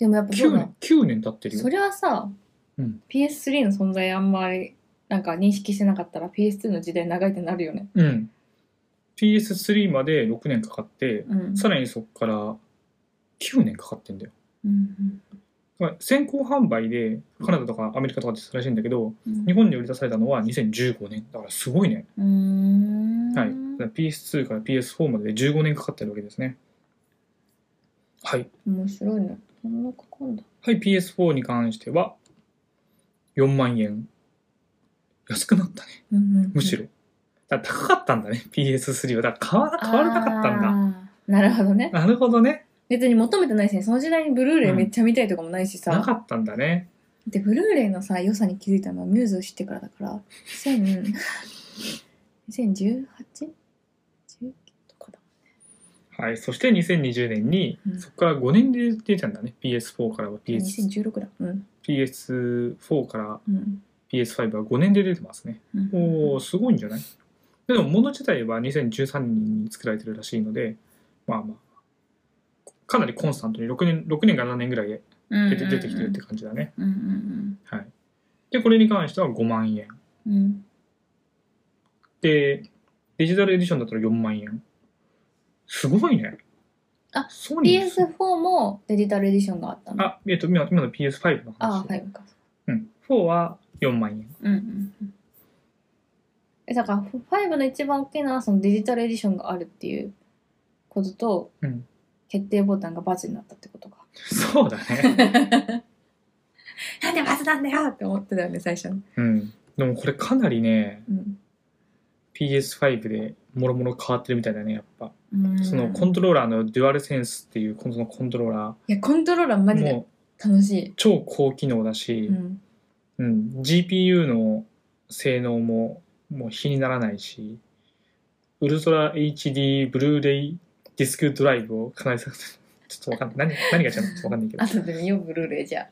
Speaker 2: でもやっぱそう
Speaker 1: ?9
Speaker 2: だ
Speaker 1: 年、9年経ってるよ
Speaker 2: そ。れはさ、
Speaker 1: うん
Speaker 2: PS3 の存在あんまりなんか認識してなかったら PS2 の時代長いってなるよね
Speaker 1: うん。PS3 まで6年かかって、
Speaker 2: うん
Speaker 1: さらにそこから9年かかってんだよ。
Speaker 2: うん
Speaker 1: だから先行販売でカナダとかアメリカとかでしたらしいんだけど、
Speaker 2: うん
Speaker 1: 日本に売り出されたのは2015年。だからすごいね。
Speaker 2: うーん
Speaker 1: はい。だから PS2 から PS4 までで15年かかってるわけですね。はい。
Speaker 2: 面白いねそんなかかんだ
Speaker 1: はい、PS4 に関しては4万円。安くなったね、むしろ。だから高かったんだね、PS3 は。だから買わな変わらなかったんだ。
Speaker 2: んだなるほどね
Speaker 1: なるほどね。
Speaker 2: 別に求めてないしねその時代にブルーレイめっちゃ見たいとかもないしさ、
Speaker 1: なかったんだね。
Speaker 2: でブルーレイのさ良さに気づいたのはミューズを知ってからだから1000 2018?19 とかだ
Speaker 1: はい、そして2020年に、
Speaker 2: うん
Speaker 1: そこから5年で出たんだね PS4 からは PS
Speaker 2: ?2016 だうん、
Speaker 1: PS4 から
Speaker 2: うん、
Speaker 1: PS5 は5年で出てますね
Speaker 2: うん
Speaker 1: おおすごいんじゃないでも物自体は2013年に作られてるらしいのでまあまあかなりコンスタントに6年 ,6 年か7年ぐらいで出て出てきてるって感じだね、
Speaker 2: うんうん
Speaker 1: はい、でこれに関しては5万円
Speaker 2: うんうん
Speaker 1: でデジタルエディションだったら4万円すごいね
Speaker 2: あ
Speaker 1: ソニー
Speaker 2: PS4 もデジタルエディションがあったのあ
Speaker 1: あえっと今今の PS5 の話
Speaker 2: あ5か
Speaker 1: うん、4は4万円。
Speaker 2: うんうんうんえだから5の一番大きいのはそのデジタルエディションがあるっていうことと、
Speaker 1: うん
Speaker 2: 決定ボタンがバツになったってことか
Speaker 1: そうだね。
Speaker 2: なんでバツなんだよって思ってたよね最初に
Speaker 1: うん。でもこれかなりね、
Speaker 2: うん、
Speaker 1: PS5 でもろもろ変わってるみたいだね、やっぱ。
Speaker 2: うん
Speaker 1: そのコントローラーのデュアルセンスっていうこのそのコントローラ
Speaker 2: いやコントローラーマ
Speaker 1: ー、
Speaker 2: ジで
Speaker 1: も、
Speaker 2: 楽しいう
Speaker 1: 超高機能だし
Speaker 2: う、ん、
Speaker 1: うん、GPU の性能ももう比にならないし、ウルトラ HD ブルーレイディスクドライブをかなりさ、ちょっとわかんない。何何が違うのかわかんないけど
Speaker 2: あ。とで見ようブルーレイじゃ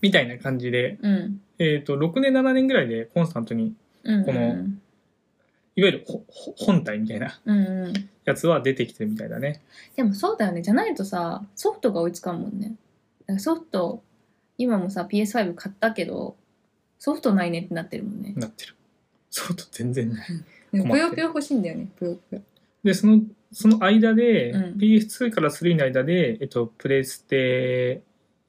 Speaker 1: みたいな感じで、
Speaker 2: うん
Speaker 1: えっ、と、6年、7年ぐらいでコンスタントに
Speaker 2: うん
Speaker 1: この
Speaker 2: うん
Speaker 1: いわゆるほほ本体みたいな
Speaker 2: うんうん
Speaker 1: やつは出てきてるみたいだね。
Speaker 2: でもそうだよねじゃないとさソフトが追いつかんもんねだからソフト今もさ PS5 買ったけどソフトないねってなってるもんね
Speaker 1: なってる。そうと全然ない。困って
Speaker 2: で
Speaker 1: る
Speaker 2: もぷよぷよ欲しいんだよねぷよぷよ
Speaker 1: で、その、その間で、
Speaker 2: うん
Speaker 1: PS2 から3の間で、えっと、プレイステー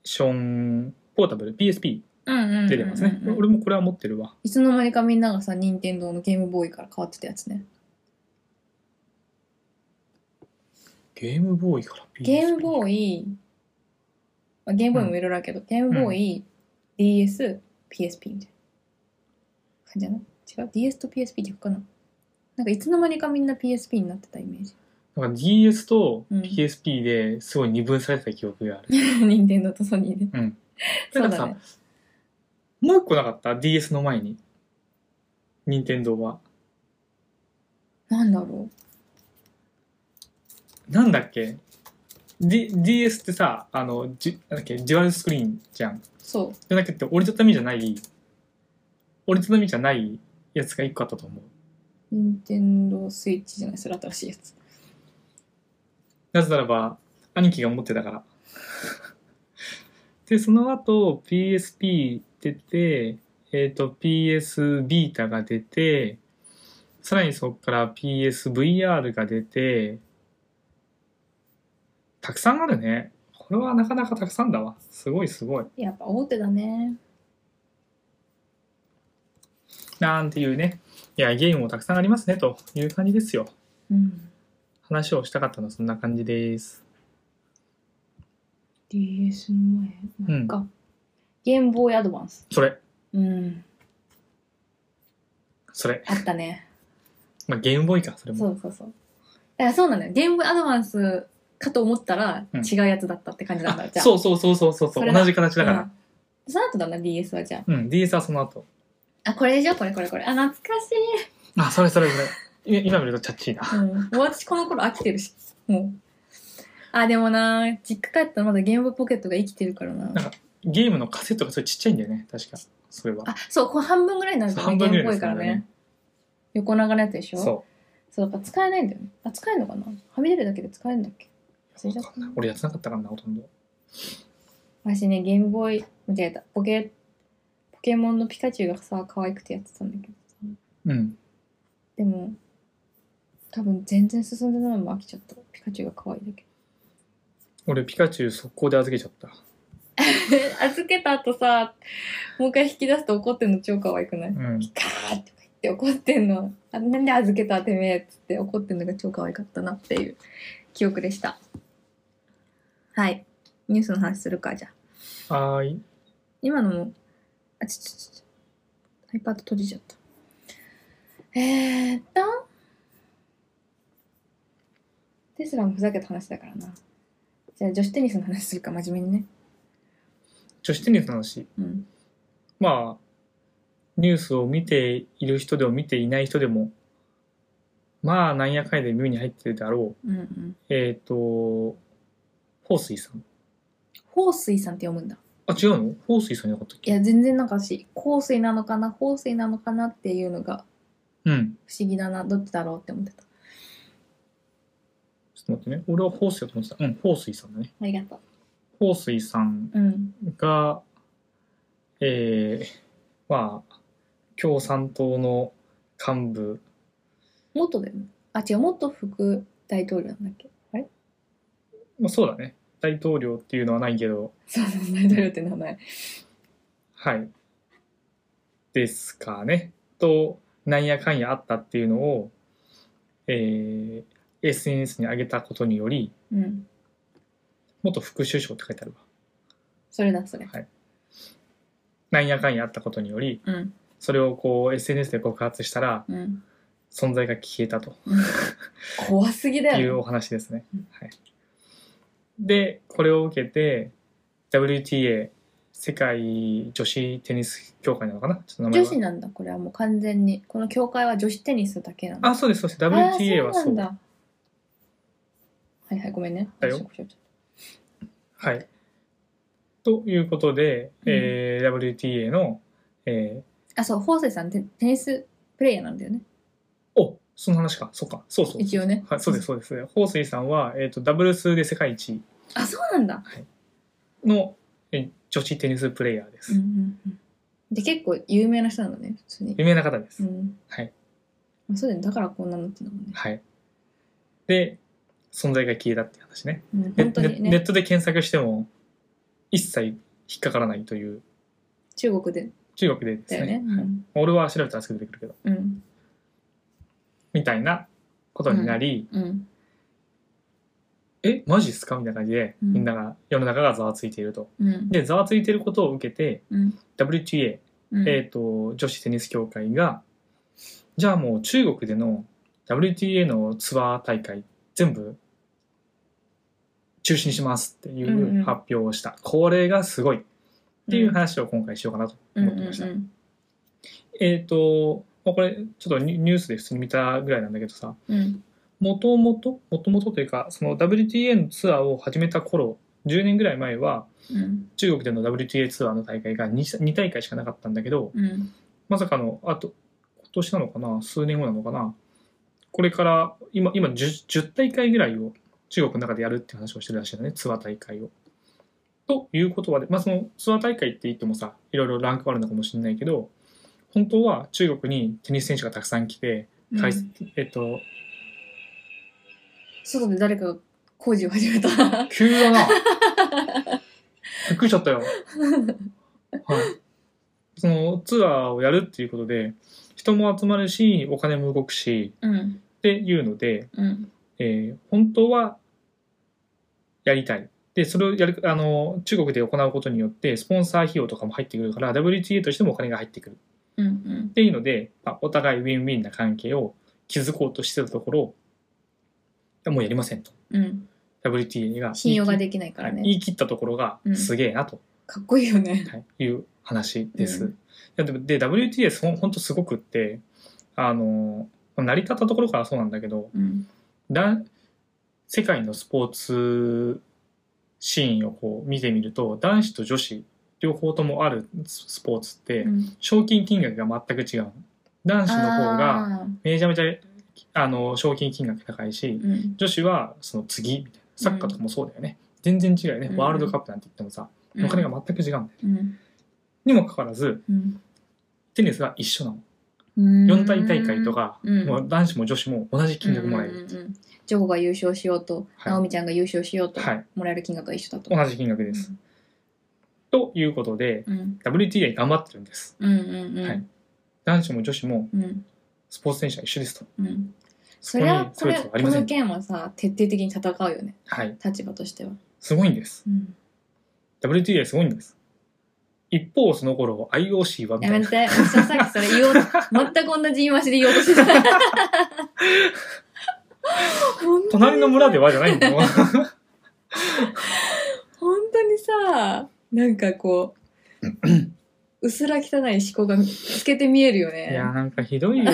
Speaker 1: ションポータブル、PSP
Speaker 2: うんうんうんうん
Speaker 1: 出てますね。俺もこれは持ってるわ。
Speaker 2: いつの間にかみんながさ任天堂のゲームボーイから変わってたやつね
Speaker 1: ゲームボーイから PSP。
Speaker 2: ゲームボ
Speaker 1: ーイ。
Speaker 2: ーイ、まあ、ゲームボーイもいろいろあるけど、ゲームボーイ、DS、PSP みたいな感じじゃない違う ?DS と PSP 逆かななんかいつの間にかみんな PSP になってたイメージ。
Speaker 1: なんか DS と
Speaker 2: うん
Speaker 1: PSP ですごい二分されてた記憶がある。
Speaker 2: 任天堂とソ ニーで。
Speaker 1: うん。
Speaker 2: そ
Speaker 1: な
Speaker 2: うん
Speaker 1: かさ、
Speaker 2: だね。
Speaker 1: もう一個なかった ?DS の前に。任天堂は。
Speaker 2: なんだろ
Speaker 1: なんだっけ、D、?DS ってさ、あの、じなんだっけ、デュアルスクリーンじゃん。
Speaker 2: う。そう。
Speaker 1: じゃなくて、折りたたみじゃない、折りたたみじゃないやつが一個あったと思う。
Speaker 2: 任天堂スイッチじゃないそれ新しいやつ。
Speaker 1: なぜならば、兄貴が持ってたから。 で、その後 PSP 出て、えっ、と PS ビータが出て、さらにそこから PSVR が出て、たくさんあるね。これはなかなかたくさんだわ。すごいすごい。
Speaker 2: やっぱ大手だね
Speaker 1: なんていうね。いや、ゲームもたくさんありますね、という感じですよ。
Speaker 2: うん
Speaker 1: 話をしたかったのはそんな感じです。
Speaker 2: DS の前なんか、ゲームボーイアドバンス
Speaker 1: それ、
Speaker 2: うん
Speaker 1: それ。
Speaker 2: あったね
Speaker 1: まあ、ゲームボーイか、それ
Speaker 2: そ
Speaker 1: も。
Speaker 2: うそうそうだからそうなんだよゲームボーイアドバンスかと思ったら
Speaker 1: うん
Speaker 2: 違うやつだったって感じなんだ、
Speaker 1: あ
Speaker 2: じゃあ
Speaker 1: そうそうそうそうそう
Speaker 2: そ
Speaker 1: そう
Speaker 2: れだ
Speaker 1: 同じ形だから。
Speaker 2: うんその後だな DS はじゃあ
Speaker 1: うん、DS はその後。
Speaker 2: あこれでしょこれこれこれあ懐かしい、
Speaker 1: あ、それそれそれ。い今見るとチャッチーだ。
Speaker 2: うん、もう私この頃飽きてるしもうあでもな実家帰ったらまだゲームボーイポケットが生きてるからな
Speaker 1: なんかゲームのカセットがそれちっちゃいんだよね、確か。それは。
Speaker 2: あそうこう半分ぐらいになるからね
Speaker 1: 半分ぐらい
Speaker 2: ゲームボーイからね横長のやつでしょ
Speaker 1: そ
Speaker 2: そうやっぱ使えないんだよねあ使えるのかなはみ出るだけで使えるんだっけ忘
Speaker 1: う
Speaker 2: れちゃったな。
Speaker 1: 俺やってなかったからな、ほとんど。
Speaker 2: 私ねゲームボーイ間違えたポケポケモンのピカチュウがさ可愛くてやってたんだけど
Speaker 1: うん。
Speaker 2: でも多分全然進んでないのも飽きちゃったピカチュウが可愛いだけ
Speaker 1: 俺、ピカチュウ速攻で預けちゃった。
Speaker 2: 預けた後さもう一回引き出すと怒ってんの超可愛くない
Speaker 1: うん。
Speaker 2: ピカーって言って怒ってんのあなんで預けたてめえっつって怒ってんのが超可愛かったなっていう記憶でしたはいニュースの話するかじゃあ
Speaker 1: はーい。
Speaker 2: 今のもあちょちょちょ iPad 閉じちゃったえーっとテスラもふざけた話だからなじゃあ女子テニスの話するか真面目にね
Speaker 1: 女子テニスの話。
Speaker 2: うん
Speaker 1: まあ、ニュースを見ている人でも見ていない人でも、まあ、なんやかんやで耳に入ってるであろ
Speaker 2: うんうん
Speaker 1: う。えっ、ー、と、ホウスイさん。
Speaker 2: ホウスイさんって読むんだ
Speaker 1: あ、違うのホウスイさんじゃなかったっ
Speaker 2: い
Speaker 1: け
Speaker 2: や全然なんかし香水なのかな香水なのかなっていうのが
Speaker 1: うん。
Speaker 2: 不思議だなどっちだろうって思ってた
Speaker 1: ちょっと待ってね。俺はホウスイだと思ってた。うん、ホウスイさんだね。
Speaker 2: ありがとう
Speaker 1: ホウスイさん
Speaker 2: うん
Speaker 1: が、えー、まあ、共産党の幹部、
Speaker 2: 元だよねあ違う元副大統領なんだっけあれ
Speaker 1: まあ、そうだね。大統領っていうのはないけど、
Speaker 2: そうそう大統領って名前
Speaker 1: はい。ですかね。と、なんやかんやあったっていうのを、えー、SNS に上げたことにより、
Speaker 2: うん
Speaker 1: 元副首相って書いてあるわ。
Speaker 2: それだそれ
Speaker 1: なんやかんやあったことにより、
Speaker 2: うん
Speaker 1: それをこう SNS で告発したら、
Speaker 2: うん
Speaker 1: 存在が消えたと
Speaker 2: 怖すぎだ
Speaker 1: いう
Speaker 2: よ
Speaker 1: お話ですね
Speaker 2: うん。
Speaker 1: はい、で、これを受けて、WTA、世界女子テニス協会なのかなちょっと名前
Speaker 2: ね女
Speaker 1: は
Speaker 2: 子なんだこれはもう完全にこの協会は女子テニスだけなんだ
Speaker 1: あ、そうです、そうです。WTA は
Speaker 2: あー
Speaker 1: そ
Speaker 2: なん
Speaker 1: う。
Speaker 2: だはいはいごめんね
Speaker 1: だよはい。ということで、えー WTA の、え
Speaker 2: あそうホウスイさんテテニスプレイヤーなんだよね
Speaker 1: ーおその話か、そうか、そうそう。
Speaker 2: 一応ね
Speaker 1: はい、そうです、そうです。ホウスイさんは、えっ、と、ダブルスで世界一
Speaker 2: あそうなんだ
Speaker 1: の、えー女子テニスプレイヤーで
Speaker 2: うんう
Speaker 1: す。
Speaker 2: んうんで結構有名な人なのね普通に
Speaker 1: 有名な方です。
Speaker 2: うん
Speaker 1: はい
Speaker 2: まあそうだよねだからこんなのってのもね
Speaker 1: はい。で、存在が消えたって話ね。
Speaker 2: うん
Speaker 1: ね
Speaker 2: 本当に
Speaker 1: ねネ
Speaker 2: ね
Speaker 1: ットで検索しても、一切引っかからないという、
Speaker 2: 中国で
Speaker 1: 中国でで
Speaker 2: だ
Speaker 1: す
Speaker 2: よね
Speaker 1: ね。
Speaker 2: う
Speaker 1: はい
Speaker 2: ん
Speaker 1: 俺は調べたらすぐ出てくるけど、
Speaker 2: うん
Speaker 1: みたいなことになり、
Speaker 2: うん
Speaker 1: えマジっすかみたいな感じで、
Speaker 2: うん
Speaker 1: みんなが世の中がざわついていると
Speaker 2: うん
Speaker 1: でざわついていることを受けて
Speaker 2: うん
Speaker 1: WTA、
Speaker 2: うん
Speaker 1: えー、と女子テニス協会がじゃあもう中国での WTA のツアー大会全部中止にしますってい
Speaker 2: んう
Speaker 1: うん発表をした、これがすごいっていう話を今回しようかなと思ってました、
Speaker 2: うんうん
Speaker 1: えっ、とまあこれちょっとニュニュースで普通に見たぐらいなんだけどさ
Speaker 2: うんうん
Speaker 1: もともともともとというかその WTA のツアーを始めた頃10年ぐらい前は
Speaker 2: うん
Speaker 1: 中国での WTA ツアーの大会が 2, 2大会しかなかったんだけど
Speaker 2: うん
Speaker 1: まさかのあと今年なのかな数年後なのかなこれから今今 10, 10大会ぐらいを中国の中でやるって話をしてるらしいのねツアー大会をということはで、まあ、そのツアー大会って言ってもさいろいろランクはあるのかもしれないけど本当は中国にテニス選手がたくさん来て、
Speaker 2: うん
Speaker 1: 開えっと
Speaker 2: 外で誰かが工事を始めた。は
Speaker 1: 急だ なびっくりしちゃったよ。はい、そのツアーをやるっていうことで人も集まるしお金も動くし
Speaker 2: うん。
Speaker 1: っていうので
Speaker 2: うん。
Speaker 1: えー本当はやりたい。で、それをやる、あの、中国で行うことによって、スポンサー費用とかも入ってくるから、WTA としてもお金が入ってくる。っ
Speaker 2: うん。うん。
Speaker 1: ていうので、まあ、お互いウィンウィンな関係を築こうとしてたところ、いやもうやりませんと。
Speaker 2: うん。
Speaker 1: WTA が。
Speaker 2: 信用ができないから
Speaker 1: はい
Speaker 2: ね
Speaker 1: 言。い切ったところが
Speaker 2: う、ん
Speaker 1: すげえなと、
Speaker 2: かっこいいよね。
Speaker 1: はいいう話です。
Speaker 2: う
Speaker 1: いやでもで、WTA そ本当すごくって、あの、成り立ったところからそうなんだけど、
Speaker 2: うん。
Speaker 1: だ世界のスポーツシーンをこう見てみると男子と女子両方ともあるススポーツって
Speaker 2: うん
Speaker 1: 賞金金額が全く違うの男子の方が
Speaker 2: あー
Speaker 1: めちゃめちゃあの賞金金額高いし
Speaker 2: うん。
Speaker 1: 女子はその次みたいなサッカーとかもそうだよね、全然違うよね
Speaker 2: うん
Speaker 1: ワールドカップなんて言ってもさ、お金が全く違うんだよね
Speaker 2: うん。
Speaker 1: にもかかわらず
Speaker 2: うん。
Speaker 1: テニスは一緒なの
Speaker 2: うん。
Speaker 1: 四大大会とか、
Speaker 2: うん
Speaker 1: もう男子も女子も同じ金額もらえる、
Speaker 2: うんうんうんジョーが優勝しようと、
Speaker 1: はい
Speaker 2: ナオミちゃんが優勝しようと、
Speaker 1: はい
Speaker 2: もらえる金額が一緒だと。
Speaker 1: 同じ金額です、ということで
Speaker 2: うん。
Speaker 1: WTA 頑張ってるんです
Speaker 2: うんうんうん。
Speaker 1: はい男子も女子も
Speaker 2: うん
Speaker 1: スポーツ選手は一緒ですと。
Speaker 2: うん。
Speaker 1: そ
Speaker 2: そ
Speaker 1: こ
Speaker 2: れ
Speaker 1: に
Speaker 2: はこ
Speaker 1: 差
Speaker 2: れ、
Speaker 1: 別はあり
Speaker 2: こ
Speaker 1: ませ
Speaker 2: の
Speaker 1: ん。
Speaker 2: 件はさ、徹底的に戦うよね。
Speaker 1: はい。
Speaker 2: 立場としては。
Speaker 1: すごいんです。
Speaker 2: うん。
Speaker 1: WTA すごいんです。一方、その頃 IOC はみ
Speaker 2: や
Speaker 1: たい
Speaker 2: め
Speaker 1: な
Speaker 2: て。私はさっきそれ言おうと、 全く同じ言い回しで言おうとしてた。本当
Speaker 1: 隣の村ではじゃないんだよ。
Speaker 2: 本当にさ、なんかこう、うすら汚い思考が透けて見えるよね。
Speaker 1: いや、なんかひどいよ ね。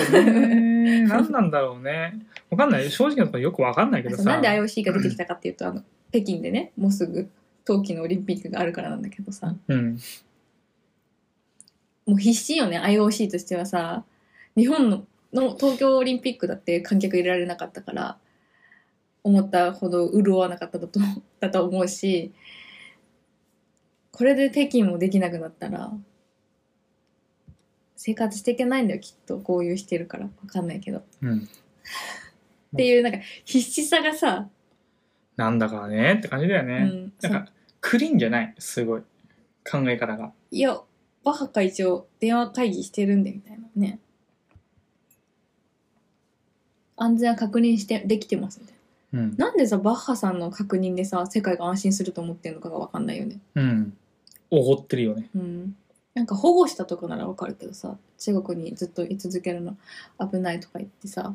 Speaker 1: 何なんだろうね。わかんない。正直なところよくわかんないけど
Speaker 2: そ
Speaker 1: さ。
Speaker 2: うなんで IOC が出てきたかっていうとあの北京でねもうすぐ冬季のオリンピックがあるからなんだけどさ
Speaker 1: うん。
Speaker 2: もう必死よね IOC としてはさ日本のの東京オリンピックだって観客入れられなかったから思ったほど潤わなかっただと だと思うしこれで北京もできなくなったら生活していけないんだよきっとこういうしてるからわかんないけどっ
Speaker 1: うん。
Speaker 2: ていうなんか必死さがさ、
Speaker 1: なんだかねって感じだよ
Speaker 2: う
Speaker 1: ね。
Speaker 2: ん、
Speaker 1: なんか、クリーンじゃない。すごい。考え方が。
Speaker 2: いや、バッハ会長、電話会議してるんで、みたいなね。安全は確認して、できてます、みたい
Speaker 1: うん。
Speaker 2: な。なんでさ、バッハさんの確認でさ、世界が安心すると思ってるのかがわかんないよね。
Speaker 1: うん。おごってるよね。
Speaker 2: うん。なんか保護したとこならわかるけどさ、中国にずっと居続けるの危ないとか言ってさ、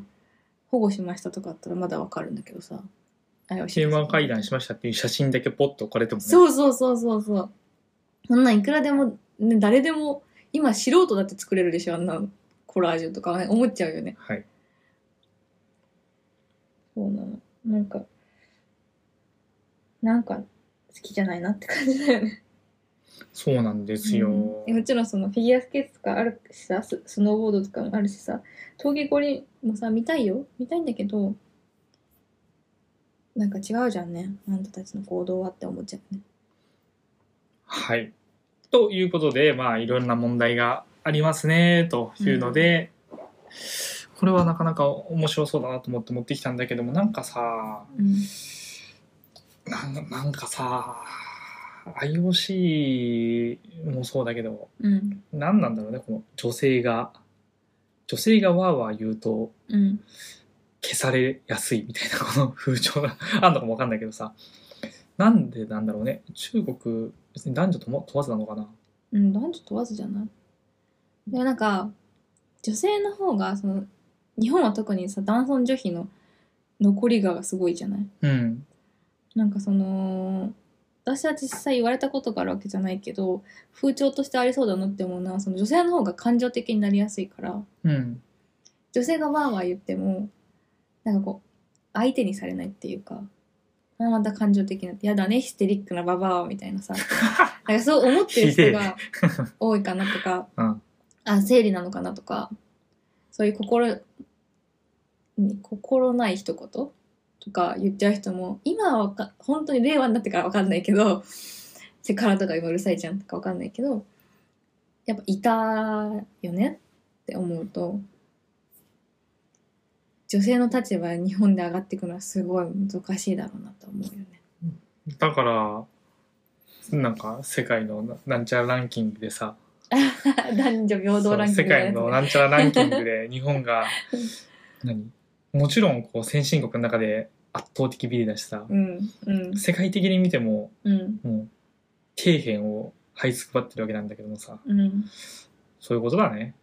Speaker 2: 保護しましたとかあったらまだわかるんだけどさ。
Speaker 1: 電話会談
Speaker 2: し
Speaker 1: しましたっていう写真だけポッと置かれてもね。
Speaker 2: そうそうそうそうそう。そんなんいくらでも、ね、誰でも、今素人だって作れるでしょ、あんなコラージュとか、ね、思っちゃうよね。
Speaker 1: はい。
Speaker 2: そうなの。なんか、なんか好きじゃないなって感じだよね。
Speaker 1: そうなんですよ。
Speaker 2: うんもちろんそのフィギュアスケートとかあるしさ、ススノーボードとかもあるしさ、登下校にもさ、見たいよ。見たいんだけど、なんか違うじゃんね。あんたたちの行動はって思っちゃうね。
Speaker 1: はい。ということで、まあ、いろんな問題がありますね、というので、これはなかなか面白そうだなと思って持ってきたんだけども、なんかさ、
Speaker 2: うん。
Speaker 1: なんなんかさ、IOC もそうだけど、
Speaker 2: うん。
Speaker 1: 何なんだろうね、この女性が、女性がわーわー言うと
Speaker 2: うん。
Speaker 1: 消されやすいみたいな、この風潮が あんのかもわかんないけどさ、なんでなんだろうね、中国、別に男女とも問わずなのかな。
Speaker 2: うん、男女問わずじゃないでもなんか女性の方がその日本は特にさ男尊女卑の残りがすごいじゃない
Speaker 1: うん、
Speaker 2: なんかその私は実際言われたことがあるわけじゃないけど風潮としてありそうだなって思うのはその女性の方が感情的になりやすいから
Speaker 1: うん。
Speaker 2: 女性がわーわー言ってもなんかこう相手にされないっていうかあまた感情的な「やだねヒステリックなババア」みたいなさなんかそう思ってる人が多いかなとか、
Speaker 1: うん
Speaker 2: あ生理なのかなとかそういう心に心ない一言とか言っちゃう人も今はわか本当に令和になってからわかんないけどセクハラとか今うるさいじゃんとかわかんないけどやっぱいたよねって思うと女性の立場日本で上がっていくのはすごい難しいだろうなと思うよね。
Speaker 1: だからなんか世界のななんちゃらランキングでさ
Speaker 2: 男女平等ラン
Speaker 1: そ
Speaker 2: キング
Speaker 1: う世界の
Speaker 2: の
Speaker 1: な
Speaker 2: や
Speaker 1: んちゃらランキングで 日本が何もちろんこう先進国の中で圧倒的ビリだしさ
Speaker 2: つ、ねうんうん
Speaker 1: 世界的に見ても
Speaker 2: うん
Speaker 1: もう底辺を這いつくばってるわけなんだけどもさ
Speaker 2: うん
Speaker 1: そういうことだね、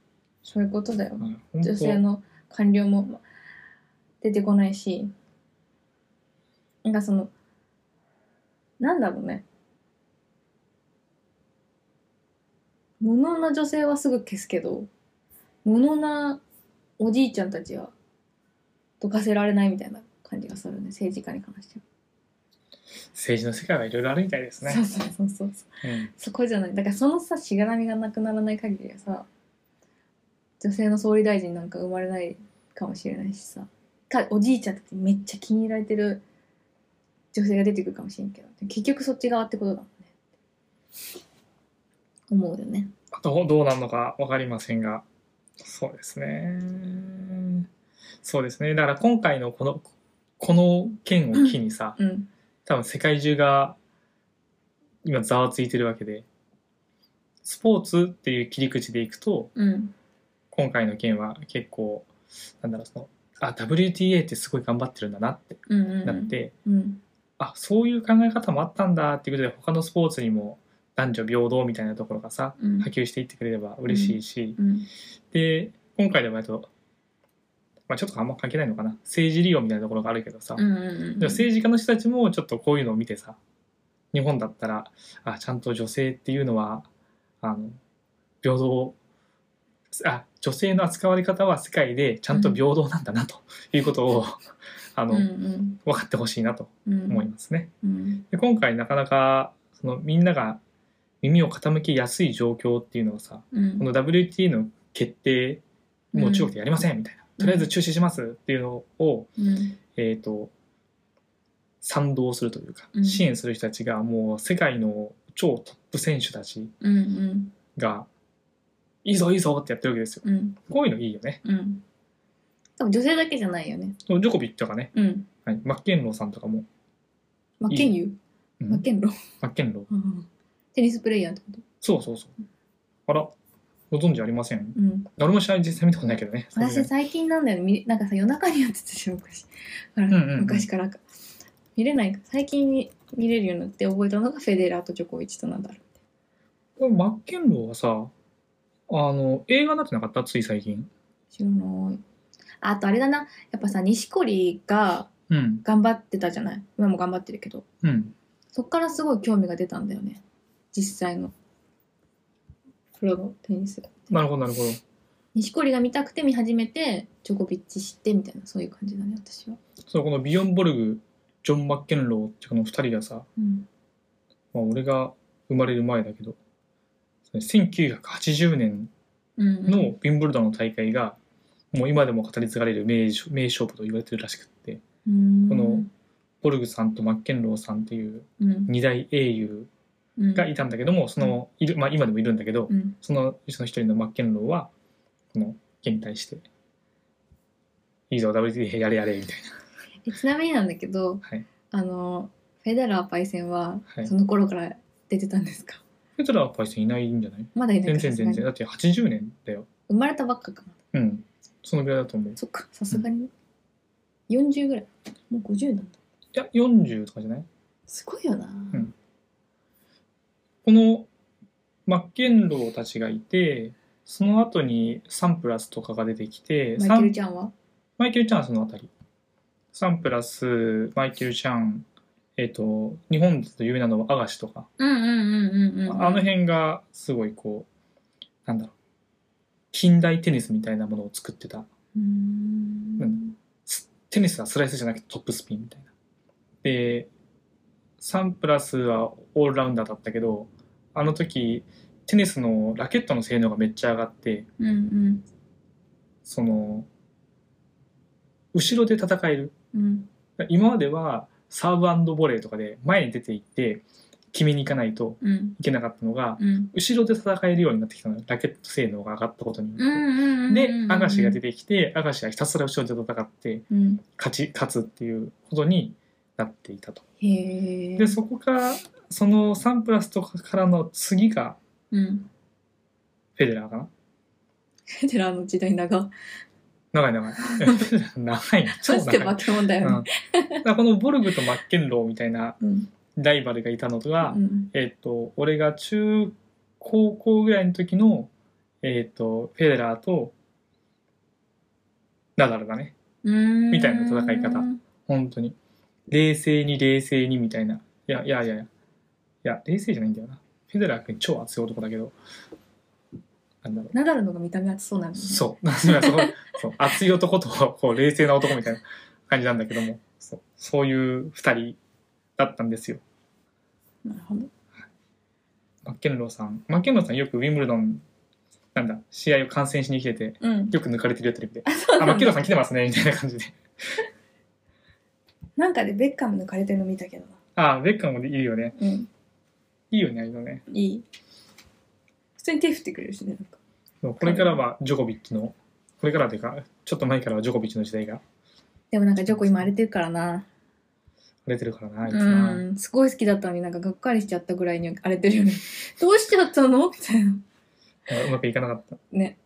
Speaker 2: そういうことだよ
Speaker 1: う。ん、本当
Speaker 2: 女性の官僚もま出てこないしなんかそのなんだろうね無能な女性はすぐ消すけど無能なおじいちゃんたちはどかせられないみたいな感じがするね政治家に関して
Speaker 1: 政治の世界はいろいろあるみたいです
Speaker 2: は、
Speaker 1: ね
Speaker 2: そうそうそうそ
Speaker 1: う
Speaker 2: う
Speaker 1: ん
Speaker 2: そこじゃないだからそのさしがらみがなくならない限りはさ女性の総理大臣なんか生まれないかもしれないしさかおじいちゃんたちめっちゃ気に入られてる女性が出てくるかもしれんけど結局そっち側ってことだもんね思うよね
Speaker 1: あとどうなるのか分かりませんがそうですねそうですねだから今回のこのこの件を機にさ、
Speaker 2: うん
Speaker 1: 多分世界中が今ざわついてるわけでスポーツっていう切り口でいくと
Speaker 2: うん
Speaker 1: 今回の件は結構なんだろうそのあ WTA ってすごい頑張ってるんだなって
Speaker 2: うんうんうん
Speaker 1: なって、
Speaker 2: うん
Speaker 1: あそういう考え方もあったんだっていうことで他のスポーツにも男女平等みたいなところがさ
Speaker 2: うん
Speaker 1: 波及していってくれれば嬉しいし、
Speaker 2: うん
Speaker 1: で今回でもやっと、まあ、ちょっとあんま関係ないのかな政治利用みたいなところがあるけどさ、
Speaker 2: うんうん
Speaker 1: でも政治家の人たちもちょっとこういうのを見てさ日本だったらあちゃんと女性っていうのはあの平等あ女性の扱われ方は世界でちゃんと平等なんだなということ を、あの、
Speaker 2: うんうん
Speaker 1: 分かってほしいなと
Speaker 2: うん
Speaker 1: 思いますね。
Speaker 2: うん
Speaker 1: で今回なかなかそのみんなが耳を傾きやすい状況っていうのをさ
Speaker 2: うん
Speaker 1: この WT の決定もう中国でやりませんみたいな、とりあえず中止しますっていうのを
Speaker 2: うん
Speaker 1: えー、と賛同するというか
Speaker 2: うん
Speaker 1: 支援する人たちがもう世界の超トップ選手たち
Speaker 2: うんうん
Speaker 1: が「いいぞいいぞ」ってやってるわけですよ。
Speaker 2: うん
Speaker 1: こういうのいいよね。
Speaker 2: うん多分女性だけじゃないよね
Speaker 1: ジョコビッチとかね、
Speaker 2: うん
Speaker 1: はい、マッケンローさんとかも、
Speaker 2: マッケンユー
Speaker 1: うん
Speaker 2: マッケンロー
Speaker 1: マッケンロー
Speaker 2: テニスプレイヤーってこと
Speaker 1: そうそうそうあらご存知ありません
Speaker 2: うん
Speaker 1: 誰も試合実際見たことないけどね。さす
Speaker 2: 私
Speaker 1: がに
Speaker 2: 最近なんだよねみなんかさ夜中にやってたし昔から、
Speaker 1: んうんうん
Speaker 2: 昔からか見れないから最近に見れるようになって覚えたのがフェデラーとジョコビッチとなんだろ
Speaker 1: これマッケンローはさあの映画になってなかったつい最近。
Speaker 2: う知らないあとあれだなやっぱさ錦織が
Speaker 1: うん
Speaker 2: 頑張ってたじゃない今も頑張ってるけど
Speaker 1: うん
Speaker 2: そっからすごい興味が出たんだよね実際のプロのテニス
Speaker 1: なるほどなるほど。
Speaker 2: 錦織が見たくて見始めてジョコビッチ知ってみたいなそういう感じだね私は
Speaker 1: そうこのビヨンボルグジョン・マッケンローってこの2人がさ
Speaker 2: うん
Speaker 1: まあ、俺が生まれる前だけど1980年
Speaker 2: うんうん
Speaker 1: のウィンブルドンの大会が、もう今でも語り継がれる名勝名勝負と言われてるらしくって
Speaker 2: こ
Speaker 1: このボルグさんとマッケンローさんっていう二大英雄がいたんだけども、そのいる、まあ、今でもいるんだけど、
Speaker 2: うん
Speaker 1: そのうちの一人のマッケンローはこの件に対して「いいぞ WTA やれやれ」みたい
Speaker 2: えちなみになんだけど、
Speaker 1: はい
Speaker 2: あのフェデラーパイセンは
Speaker 1: はい
Speaker 2: その頃から出てたんですか、
Speaker 1: なペトラはパイセンいないんじゃない
Speaker 2: まだいない
Speaker 1: 全
Speaker 2: か
Speaker 1: 然
Speaker 2: さす
Speaker 1: 全
Speaker 2: がに
Speaker 1: 然だって80年だよ
Speaker 2: 生まれたばっかかな
Speaker 1: うんそのぐらいだと思うい
Speaker 2: そっかさすがに、40ぐらいもう50なんだ
Speaker 1: や40とかじゃない
Speaker 2: すごいよな、
Speaker 1: んこのマッケンローたちがいてその後にサンプラスとかが出てきて
Speaker 2: マイケ
Speaker 1: サ
Speaker 2: ル
Speaker 1: ン
Speaker 2: ちゃんは
Speaker 1: マイケル・チャンはその辺りサンプラスマイケル・チャンえっ、と日本だと有名なのはアガシとか、
Speaker 2: うんうんうんうんうん
Speaker 1: あの辺がすごいこうなんだろう近代テニスみたいなものを作ってた
Speaker 2: うー
Speaker 1: うんテニスはスライスじゃなくてトップスピンみたいな。で、サンプラスはオールラウンダーだったけど、あの時、テニスのラケットの性能がめっちゃ上がって、
Speaker 2: うんうん
Speaker 1: その、後ろで戦える。
Speaker 2: うん
Speaker 1: 今まではサーブボレーとかで前に出ていって、決めに行かないと
Speaker 2: うん
Speaker 1: いけなかったのが、
Speaker 2: うん
Speaker 1: 後ろで戦えるようになってきたのよラケット性能が上がったことによって。
Speaker 2: うんうんうん
Speaker 1: で、アガシが出
Speaker 2: て
Speaker 1: てきて、アガシがひたすら後ろで戦って、
Speaker 2: うん
Speaker 1: 勝ち、勝つっていうことになっていたと。
Speaker 2: へえ
Speaker 1: で、そこから、そのサンプラスとかからの次が
Speaker 2: うん
Speaker 1: フェデラーかな
Speaker 2: フェデラーの時代長
Speaker 1: 長い 長い。フェデラー長いね。超
Speaker 2: そ して
Speaker 1: 長い。
Speaker 2: 化け物だ
Speaker 1: うん、
Speaker 2: よ
Speaker 1: だ
Speaker 2: ね
Speaker 1: からこのボルグとマッケンローみたいな
Speaker 2: うん
Speaker 1: ライバルがいたの
Speaker 2: う
Speaker 1: が、
Speaker 2: ん
Speaker 1: えっ、と、俺が中高校ぐらいの時の、えっ、と、フェデラーと、ナダルだね。
Speaker 2: うん
Speaker 1: みたいな戦い方本当に。冷静に冷静にみたいな。いやいやいやいや。いや、冷静じゃないんだよな。フェデラー君超熱い男だけど、なんだろ
Speaker 2: ナダルの方が見た目熱そうなの
Speaker 1: う。
Speaker 2: ね
Speaker 1: そう。 なんかそうそう熱い男とこう冷静な男みたいな感じなんだけども、そうそういう二人だったんですよ。
Speaker 2: なるほど
Speaker 1: マッケンローさん。マッケンローさんよくウィンブルドン、なんだ、試合を観戦しに来てて、
Speaker 2: うん
Speaker 1: よく抜かれてるよテレビで。
Speaker 2: うな
Speaker 1: あ、
Speaker 2: んだ
Speaker 1: マッケンローさん来てますね、みたいな感じで。
Speaker 2: なんかでベッカム抜かれてるの見たけどな
Speaker 1: あ、ベッカムもいいよね。
Speaker 2: うん
Speaker 1: いいよね、あれのね。
Speaker 2: いい普通に手振ってくれるしねなんか
Speaker 1: もうこれからはジョコビッチの、これからというか、ちょっと前からはジョコビッチの時代が
Speaker 2: でもなんかジョコ今荒れてるからな
Speaker 1: 荒れてるからな、あいつな。
Speaker 2: うんすごい好きだったのになんかがっかりしちゃったぐらいに荒れてるよね どうしちゃったのみたいな
Speaker 1: なんかうまくいかなかっ
Speaker 2: ね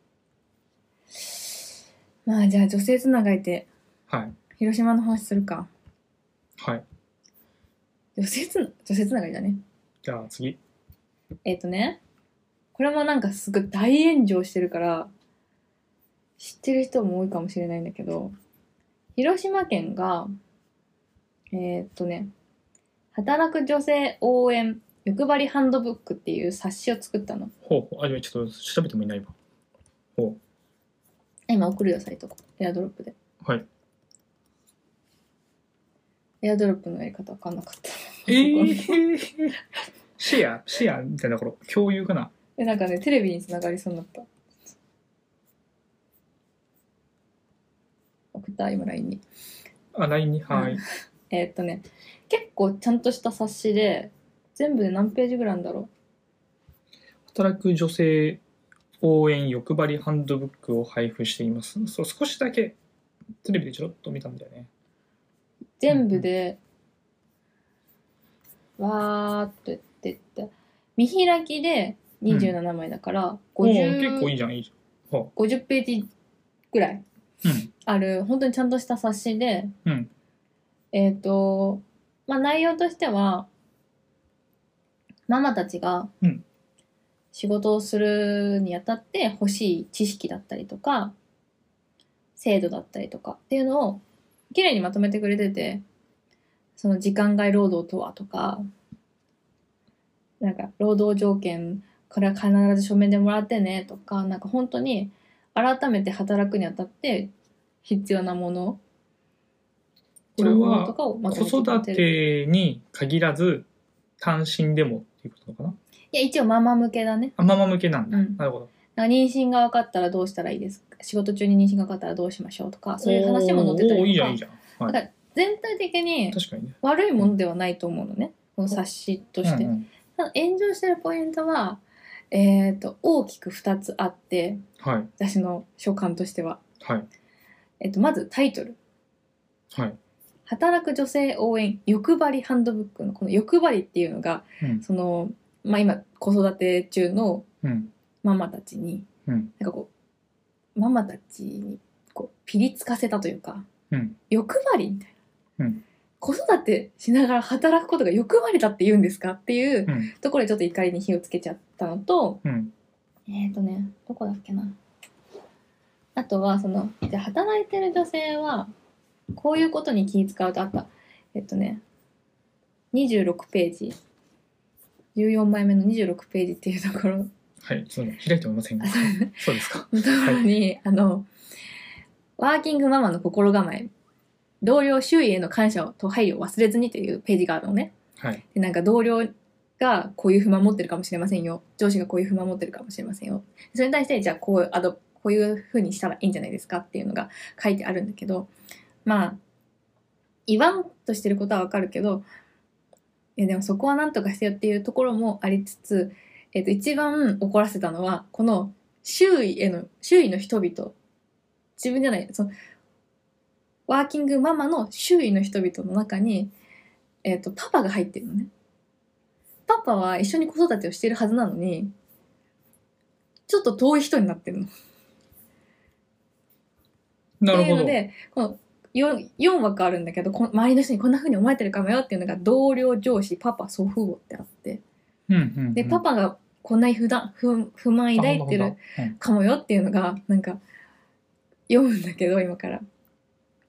Speaker 2: まあじゃあ女性つながりで
Speaker 1: た。はい。
Speaker 2: 広島の話するか
Speaker 1: はい。
Speaker 2: 女性つな女性つながりだね
Speaker 1: じゃあ次。
Speaker 2: えっ、とねこれもなんかすごい大炎上してるから知ってる人も多いかもしれないんだけど広島県がえっ、とね働く女性応援欲張りハンドブックっていう冊子を作ったの
Speaker 1: ほうほう。あ、いやちょっと調べてもいないわ。ほ
Speaker 2: 今送るよサイトエアドロップで
Speaker 1: う。はい。
Speaker 2: エアドロップのやり方分かんなかった
Speaker 1: えー、 シェアシェアみたいなところ。共有かな。
Speaker 2: でなんかねテレビにつながりそうになった送った今 LINE に
Speaker 1: あ、LINE に。はい。
Speaker 2: えーっとね結構ちゃんとした冊子で全部で何ページぐらいあるんだろ
Speaker 1: 働く女性応援欲張りハンドブックを配布しています。そう、少しだけテレビでちょろっと見たんだよね。
Speaker 2: う全部で、わーっとやってって見開きで27枚だから、
Speaker 1: おおー
Speaker 2: 50,
Speaker 1: 結構いいじゃん、いいじゃん。ほ。
Speaker 2: 50ページぐらいう
Speaker 1: うん。
Speaker 2: ある本当にちゃんとした冊子で、
Speaker 1: うん
Speaker 2: えーっ、とまあ内容としてはママたちが
Speaker 1: うん
Speaker 2: 仕事をするにあたって欲しい知識だったりとか制度だったりとかっていうのを綺麗にまとめてくれててその時間外労働とはとかなんか労働条件から必ず書面でもらってねとかなんか本当に改めて働くにあたって必要なもの
Speaker 1: これは
Speaker 2: 情報とかをまとめ
Speaker 1: 子
Speaker 2: てくれ
Speaker 1: 育
Speaker 2: てる
Speaker 1: てに限らず単身でもっていうことなのかない
Speaker 2: や一応ママ向けだね
Speaker 1: あママ向けなんだ、
Speaker 2: うん
Speaker 1: なるほど
Speaker 2: なんか妊娠が分かったらどうしたらいいですか仕事中に妊娠が分かったらどうしましょうとかそういう話も載ってた
Speaker 1: おーおーい
Speaker 2: り
Speaker 1: いじ
Speaker 2: と
Speaker 1: ゃん
Speaker 2: か
Speaker 1: いいじゃん、はい
Speaker 2: だか全体的に
Speaker 1: 確かにね
Speaker 2: 悪いものではないと思うのねこの冊子として
Speaker 1: うんうん
Speaker 2: ただ炎上してるポイントは、えー、と大きく2つあって
Speaker 1: はい
Speaker 2: 私の所感としては、
Speaker 1: はい
Speaker 2: えっとまずタイトル
Speaker 1: はい
Speaker 2: 「働く女性応援欲張りハンドブック」のこの「欲張り」っていうのが
Speaker 1: うん
Speaker 2: その、まあ、今子育て中の
Speaker 1: うん
Speaker 2: ママたちに
Speaker 1: うん
Speaker 2: なんかこうママたちにこうピリつかせたというか
Speaker 1: うん
Speaker 2: 欲張りみたいな、
Speaker 1: うん
Speaker 2: 子育てしながら働くことが欲張りだって言うんですかっていう
Speaker 1: うん
Speaker 2: ところでちょっと怒りに火をつけちゃったのと、
Speaker 1: うん
Speaker 2: えーとね、どこだっけな。あとは、その、じゃあ働いてる女性は、こういうことに気使うとあった。えっとね、26ページ。14枚目の26ページっていうところ
Speaker 1: はいそういうの開いておりま せんがそうですか
Speaker 2: のところに、あの、ワーキングママの心構え、同僚周囲への感謝と配慮を忘れずにというページがあるのね。
Speaker 1: はい
Speaker 2: でなんか同僚がこういう不満持ってるかもしれませんよ上司がこういう不満持ってるかもしれませんよそれに対してじゃあこうあのこういうふうにしたらいいんじゃないですかっていうのが書いてあるんだけどまあ言わんとしてることはわかるけどいやでもそこはなんとかしてよっていうところもありつつ、えっと、一番怒らせたのはこの周囲への周囲の人々自分じゃないそのワーキングママの周囲の人々の中に、えっと、パパが入ってるのね。パパは一緒に子育てをしてるはずなのにちょっと遠い人になってるの。
Speaker 1: なる
Speaker 2: ってい
Speaker 1: ほ
Speaker 2: うの
Speaker 1: ど。
Speaker 2: でこの 4, 4枠あるんだけどこ周りの人にこんな風に思われてるかもよっていうのが同僚上司パパ祖父母ってあって
Speaker 1: うんうんうん
Speaker 2: でパパがこんなに不だ不不満抱いて
Speaker 1: あ
Speaker 2: る
Speaker 1: 本当だうん
Speaker 2: かもよっていうのがなんか読むんだけど今から。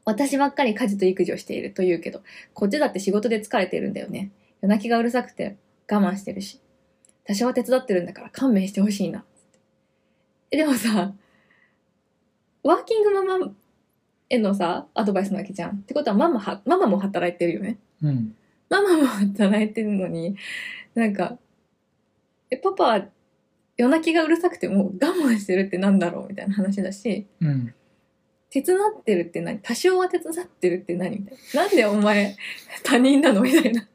Speaker 2: 私ばっかり家事と育児をしていると言うけど、こっちだって仕事で疲れてるんだよね。夜泣きがうるさくて我慢してるし。多少は手伝ってるんだから勘弁してほしいな。えでもさ、ワーキングママへのさ、アドバイスなわけじゃん。ってことはママは、ママも働いてるよね。
Speaker 1: うん。
Speaker 2: ママも働いてるのに、なんか、え、パパは夜泣きがうるさくてもう我慢してるってなんだろうみたいな話だし、
Speaker 1: うん。
Speaker 2: 手伝ってるって何多少は手伝ってるって何みたいな。なんでお前他人なのみたいな。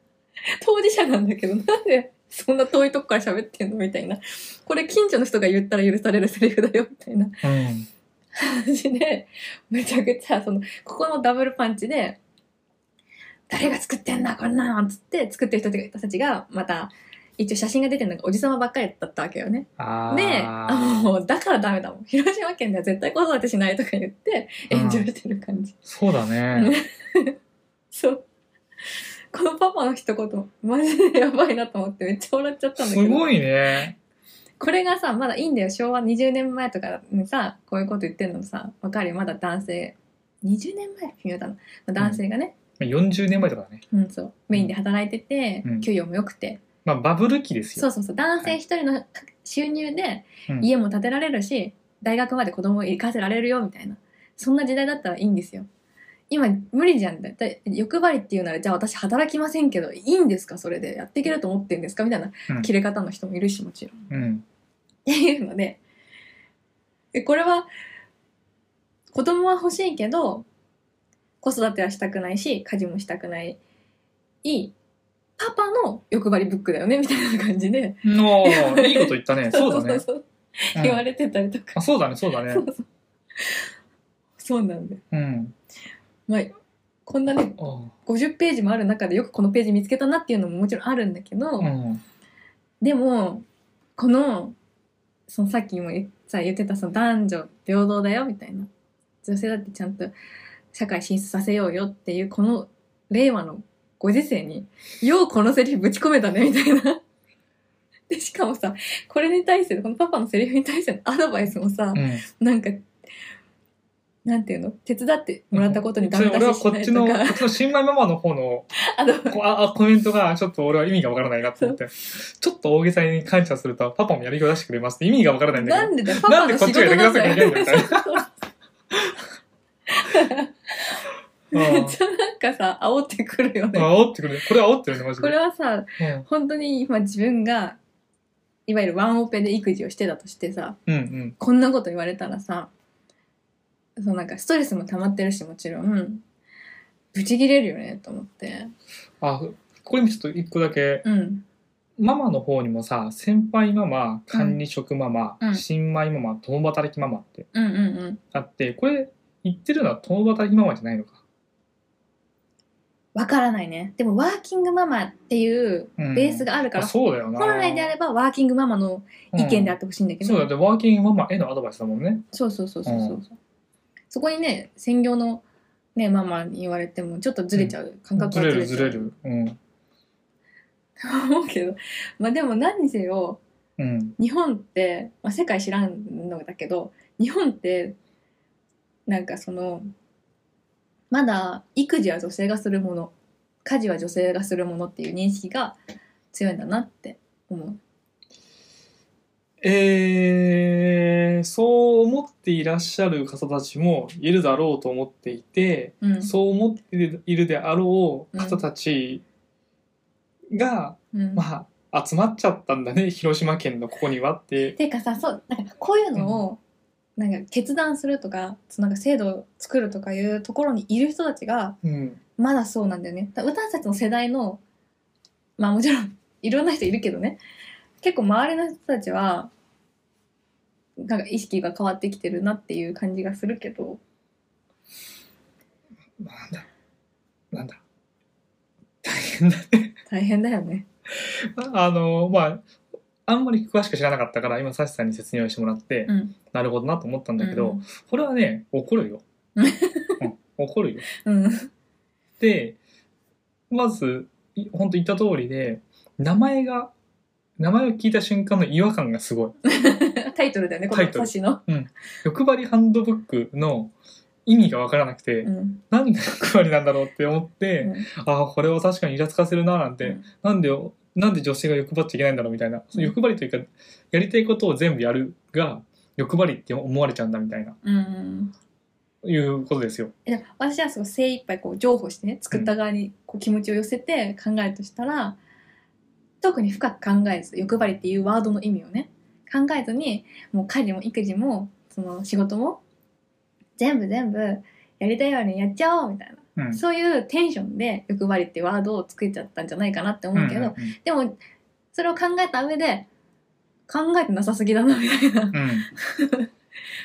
Speaker 2: 当事者なんだけど、なんでそんな遠いとこから喋ってんのみたいな。これ近所の人が言ったら許されるセリフだよみたいな。
Speaker 1: うん。
Speaker 2: 話で、めちゃくちゃ、その、ここのダブルパンチで、誰が作ってんだ、こんなのつって、作ってる人たちが、また、一応写真が出てるのがおじさまばっかりだったわけよね。
Speaker 1: ああ。
Speaker 2: で、あもう、だからダメだもん。広島県では絶対子育てしないとか言って、
Speaker 1: うん
Speaker 2: 炎上してる感じ。
Speaker 1: そうだね。
Speaker 2: そう。このパパの一言、マジでやばいなと思ってめっちゃ笑っちゃったんだけど。
Speaker 1: すごいね。
Speaker 2: これがさまだいいんだよ昭和20年前とかにさこういうこと言ってんのさわかるよまだ男性20年前微妙だな、まあ男性がね、
Speaker 1: 40年前とかだね。
Speaker 2: うんそうメインで働いてて、
Speaker 1: うん
Speaker 2: 給与も良くて、
Speaker 1: まあ、バブル期です
Speaker 2: そ
Speaker 1: よ。
Speaker 2: うそうそう男性一人の収入で
Speaker 1: うん
Speaker 2: 家も建てられるし、大学まで子供を行かせられるよみたいなそんな時代だったらいいんですよ今無理じゃんだだ欲張りっていうならじゃあ私働きませんけどいいんですかそれでやっていけると思ってんですかみたいな
Speaker 1: うん
Speaker 2: 切れ方の人もいるしもちろん。
Speaker 1: うん。
Speaker 2: っていうのででこれは子供は欲しいけど子育てはしたくないし家事もしたくないいいパパの欲張りブックだよねみたいな感じで
Speaker 1: おーいいこと言った ね。そうだね。
Speaker 2: そうそう
Speaker 1: うん
Speaker 2: 言われてたりと
Speaker 1: あ
Speaker 2: か、
Speaker 1: そうだね、そうだね
Speaker 2: そ。うそうそうなんだよ、
Speaker 1: うん。
Speaker 2: まあ、こんなね
Speaker 1: あー
Speaker 2: 50ページもある中でよくこのページ見つけたなっていうのももちろんあるんだけど、
Speaker 1: うん。
Speaker 2: でもこのそのさっきも言っさ言ってたその男女平等だよみたいな女性だってちゃんと社会進出させようよっていうこの令和のご時世にようこのセリフぶち込めたねみたいな。 でしかもさこれに対してこのパパのセリフに対してのアドバイスもさ、
Speaker 1: うん。
Speaker 2: なんかなんていうの手伝ってもらったことにダメ
Speaker 1: それ俺
Speaker 2: 出
Speaker 1: は
Speaker 2: し
Speaker 1: こ
Speaker 2: し
Speaker 1: っ
Speaker 2: ない
Speaker 1: ち
Speaker 2: と
Speaker 1: の、こ
Speaker 2: か
Speaker 1: っちの新米ママの方の
Speaker 2: アドバイス
Speaker 1: こああコメントがちょっと俺は意味がわからないなと 思って、ちょっと大げさに感謝すると、パパもやる気を出してくれますって意味がわからないんだ
Speaker 2: な
Speaker 1: けど。
Speaker 2: んでだよ、パ
Speaker 1: な
Speaker 2: パ
Speaker 1: んで
Speaker 2: の
Speaker 1: こっ
Speaker 2: 仕
Speaker 1: ちが
Speaker 2: 事
Speaker 1: や
Speaker 2: な
Speaker 1: ら
Speaker 2: ん
Speaker 1: せなきゃい
Speaker 2: だ
Speaker 1: けないんだ
Speaker 2: よ
Speaker 1: みたいな。
Speaker 2: め
Speaker 1: うん
Speaker 2: っ ちゃなんかさ、煽ってくるよね。
Speaker 1: あ煽ってくるね。これは煽ってるね、マジ
Speaker 2: これ
Speaker 1: で。
Speaker 2: はさ、本当に今自分が、いわゆるワンオペで育児をしてたとしてさ、
Speaker 1: うん。うん
Speaker 2: こんなこと言われたらさ、そうなんかストレスも溜まってるしもちろん、ブチ切れるよねと思って。
Speaker 1: うん。あ、これにちょっと一個だけ、
Speaker 2: うん。
Speaker 1: ママの方にもさ、先輩ママ、管理職ママ、
Speaker 2: うん
Speaker 1: 新米ママ、共働きママって
Speaker 2: うんうんうん。
Speaker 1: あって、これ言ってるのは共働きママじゃないのか。
Speaker 2: わからないね。でもワーキングママっていう
Speaker 1: うん
Speaker 2: ベースがあるから、
Speaker 1: あそうだよな。
Speaker 2: 本来であればワーキングママの意見であってほしいんだけど、
Speaker 1: そうだってワーキングママへのアドバイスだもんね。
Speaker 2: そうそうそうそうそう、うそこにね専業のねママに言われてもちょっとずれちゃう、感覚
Speaker 1: ず
Speaker 2: が
Speaker 1: れ
Speaker 2: ず
Speaker 1: る
Speaker 2: れち
Speaker 1: ずれ
Speaker 2: ゃう
Speaker 1: る。うん。
Speaker 2: 思うけどまあでも何にせよ
Speaker 1: うん。
Speaker 2: 日本って、まあ、世界知らんのだけど日本ってなんかそのまだ育児は女性がするもの家事は女性がするものっていう認識が強いんだなって思う。
Speaker 1: えー、そう思っていらっしゃる方たちもいるだろうと思っていて、
Speaker 2: うん
Speaker 1: そう思っているであろう方たちが、
Speaker 2: うん
Speaker 1: まあ、集まっちゃったんだね、広島県のここにはって。
Speaker 2: ていうかさそうなんかこういうのを、なんか決断するとかそのなんか制度を作るとかいうところにいる人たちが
Speaker 1: うん。
Speaker 2: まだそうなんだよねだ私たちの世代のまあもちろん いろんな人いるけどね結構周りの人たちはなんか意識が変わってきてるなっていう感じがするけど
Speaker 1: なんだなんだ大変だね
Speaker 2: 大変だよね
Speaker 1: あのまああんまり詳しく知らなかったから今サシさんに説明をしてもらって、
Speaker 2: うん
Speaker 1: なるほどなと思ったんだけど、
Speaker 2: うん
Speaker 1: これはね怒る よ、うん、怒るよ
Speaker 2: うん
Speaker 1: でまずい本当言った通りで名前が名前を聞いた瞬間の違和感がすごい
Speaker 2: タイトルだよねこ
Speaker 1: タイ
Speaker 2: の
Speaker 1: トル
Speaker 2: 冊子の、
Speaker 1: 欲張りハンドブックの意味が分からなくて、
Speaker 2: うん
Speaker 1: なんで欲張りなんだろうって思って、
Speaker 2: うん
Speaker 1: ああこれは確かにイラつかせるななんて、
Speaker 2: うん
Speaker 1: なんでよなんで女性が欲張っちゃいけないんだろうみたいな、その欲張りというかやりたいことを全部やるが欲張りって思われちゃうんだみたいな
Speaker 2: うん、
Speaker 1: いうことですよ。
Speaker 2: え私はすごい精一杯こう譲歩してね作った側にこう気持ちを寄せて考えるとしたら、特に深く考えず欲張りっていうワードの意味をね考えずにもう家事も育児もその仕事も全部全部やりたいようにやっちゃおうみたい
Speaker 1: うん
Speaker 2: なそういうテンションで欲張りっていうワードを作っちゃったんじゃないかなって思うけど、
Speaker 1: うんうん
Speaker 2: でもそれを考えた上で考えてなさすぎだなみたいな
Speaker 1: うん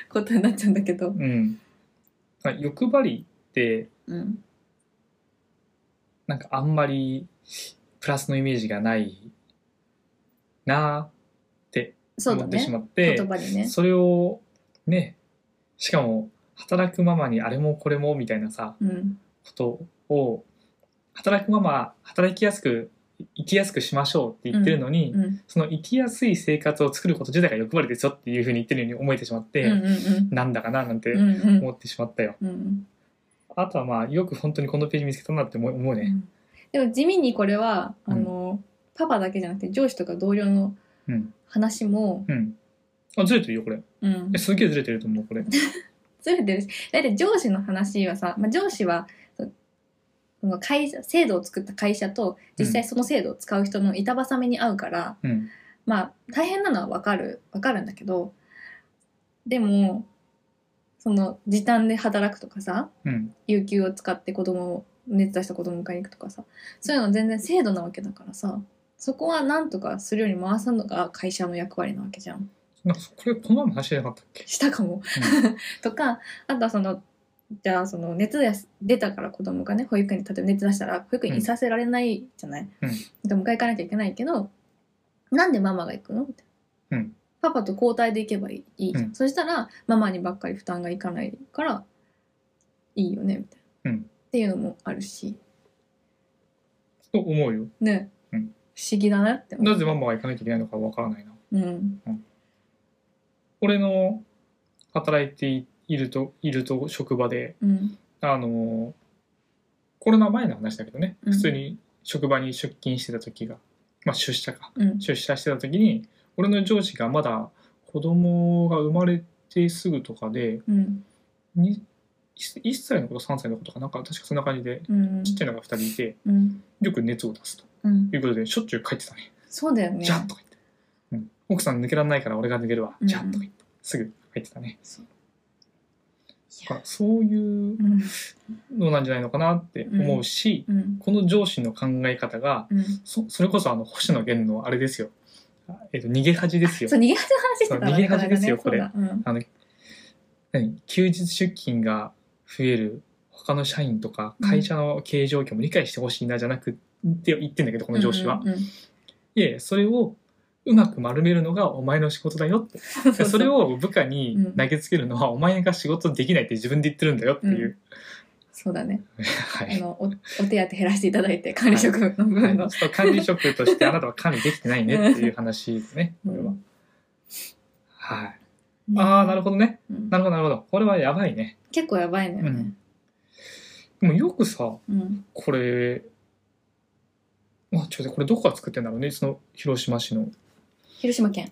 Speaker 2: ことになっちゃうんだけど。
Speaker 1: うん、まあ欲張りって
Speaker 2: うん
Speaker 1: なんかあんまりプラスのイメージがないなあ
Speaker 2: そう
Speaker 1: 思
Speaker 2: だ
Speaker 1: ってし
Speaker 2: ね
Speaker 1: まっ
Speaker 2: 言
Speaker 1: て
Speaker 2: 葉に
Speaker 1: そ,、
Speaker 2: ね
Speaker 1: れをねしかも働くママにあれもこれもみたいなさ
Speaker 2: うん
Speaker 1: ことを働くママ働きやすく生きやすくしましょうって言ってるのに、
Speaker 2: うん
Speaker 1: その生きやすい生活を作ること自体が欲張りですよっていうふうに言ってるように思えてしまって、
Speaker 2: うんうんうん
Speaker 1: なんだかななんて
Speaker 2: うんうん
Speaker 1: 思ってしまったよ。
Speaker 2: うん
Speaker 1: あとはまあよく本当にこのページ見つけたなって思う思う
Speaker 2: う
Speaker 1: ね。
Speaker 2: んでも地味にこれはあの、パパだけじゃなくて上司とか同僚の
Speaker 1: うん。
Speaker 2: 話も、
Speaker 1: うん。あ、ずれてるよ、これ。
Speaker 2: うん
Speaker 1: え、、すげえずれてると思う、これ。
Speaker 2: ずれてるし大体上司の話はさ、まあ、上司はそその会社制度を作った会社と実際その制度を使う人の板挟みに合うから、
Speaker 1: うん。
Speaker 2: まあ大変なのはわかるわかるんだけどでもその時短で働くとかさ
Speaker 1: うん。
Speaker 2: 有給を使って子供を熱出した子供を迎えに行くとかさそういうのは全然制度なわけだからさそこはなんとかするように回すのが会社の役割なわけじゃん。
Speaker 1: なんか、これ、この前も話してなかったっけ
Speaker 2: したかも、とかあとはそのじゃあその熱やす出たから子供がね保育園に例えば熱出したら保育園にいさせられないじゃない、
Speaker 1: うん
Speaker 2: だから迎え行かなきゃいけないけどなんでママが行くのみたいな、
Speaker 1: うん
Speaker 2: パパと交代で行けばいいいいじゃん、
Speaker 1: うん
Speaker 2: そしたらママにばっかり負担がいかないからいいよねみたいな、
Speaker 1: うん
Speaker 2: っていうのもあるし
Speaker 1: と思うよ。
Speaker 2: ね、
Speaker 1: うん
Speaker 2: 不思議だなって思
Speaker 1: な
Speaker 2: う、
Speaker 1: ぜママは行かなきゃいけないのかわからないな。
Speaker 2: うん、
Speaker 1: 俺の働いていると、いると職場で、
Speaker 2: うん
Speaker 1: あの、コロナ前の話だけどね、
Speaker 2: うん
Speaker 1: 普通に職場に出勤してた時が、まあ出社か。
Speaker 2: うん
Speaker 1: 出社してた時に、俺の上司がまだ子供が生まれてすぐとかで、
Speaker 2: うん
Speaker 1: に1歳の子と3歳の子とかなんか確かそんな感じで
Speaker 2: うん
Speaker 1: ちっちゃいのが2人いて
Speaker 2: うん
Speaker 1: よく熱を出すと
Speaker 2: うん
Speaker 1: いうことでしょっちゅう帰ってたね
Speaker 2: そうだよ
Speaker 1: 「
Speaker 2: ね
Speaker 1: じゃん」とか言って、うん奥さん抜けられないから俺が抜けるわ」
Speaker 2: うん
Speaker 1: じゃん」とか言ってすぐ帰ってたね
Speaker 2: そう
Speaker 1: だからそういう
Speaker 2: うん
Speaker 1: のなんじゃないのかなって思うし、
Speaker 2: うん
Speaker 1: この上司の考え方が
Speaker 2: うん
Speaker 1: そそれこそあの星野源のあれですよ、えっと逃げ恥ですよ
Speaker 2: そう、逃げ恥の話してたわ
Speaker 1: そう逃げ恥ですよ
Speaker 2: この間ねそうだ
Speaker 1: あの何休日出勤が増える他の社員とか会社の経営状況も理解してほしいなじゃなくって言ってんだけどこ
Speaker 2: うん
Speaker 1: の上司は。
Speaker 2: うんうん
Speaker 1: いえそれをうまく丸めるのがお前の仕事だよって
Speaker 2: うん
Speaker 1: で それを部下に投げつけるのはお前が仕事できないって自分で言ってるんだよっていう、
Speaker 2: そうだね
Speaker 1: は
Speaker 2: あ
Speaker 1: い、
Speaker 2: のおお手当減らしていただいて管理職の部分の、
Speaker 1: はいちょっと管理職としてあなたは管理できてないねっていう話ですねこれは、はいああなるほどね
Speaker 2: うん
Speaker 1: なるほどなるほどこれはやばいね
Speaker 2: 結構やばいのよね
Speaker 1: でもよくさ
Speaker 2: うん
Speaker 1: これ、まあ、ちょっとこれどこが作ってんだろうね、その広島市の。
Speaker 2: 広島県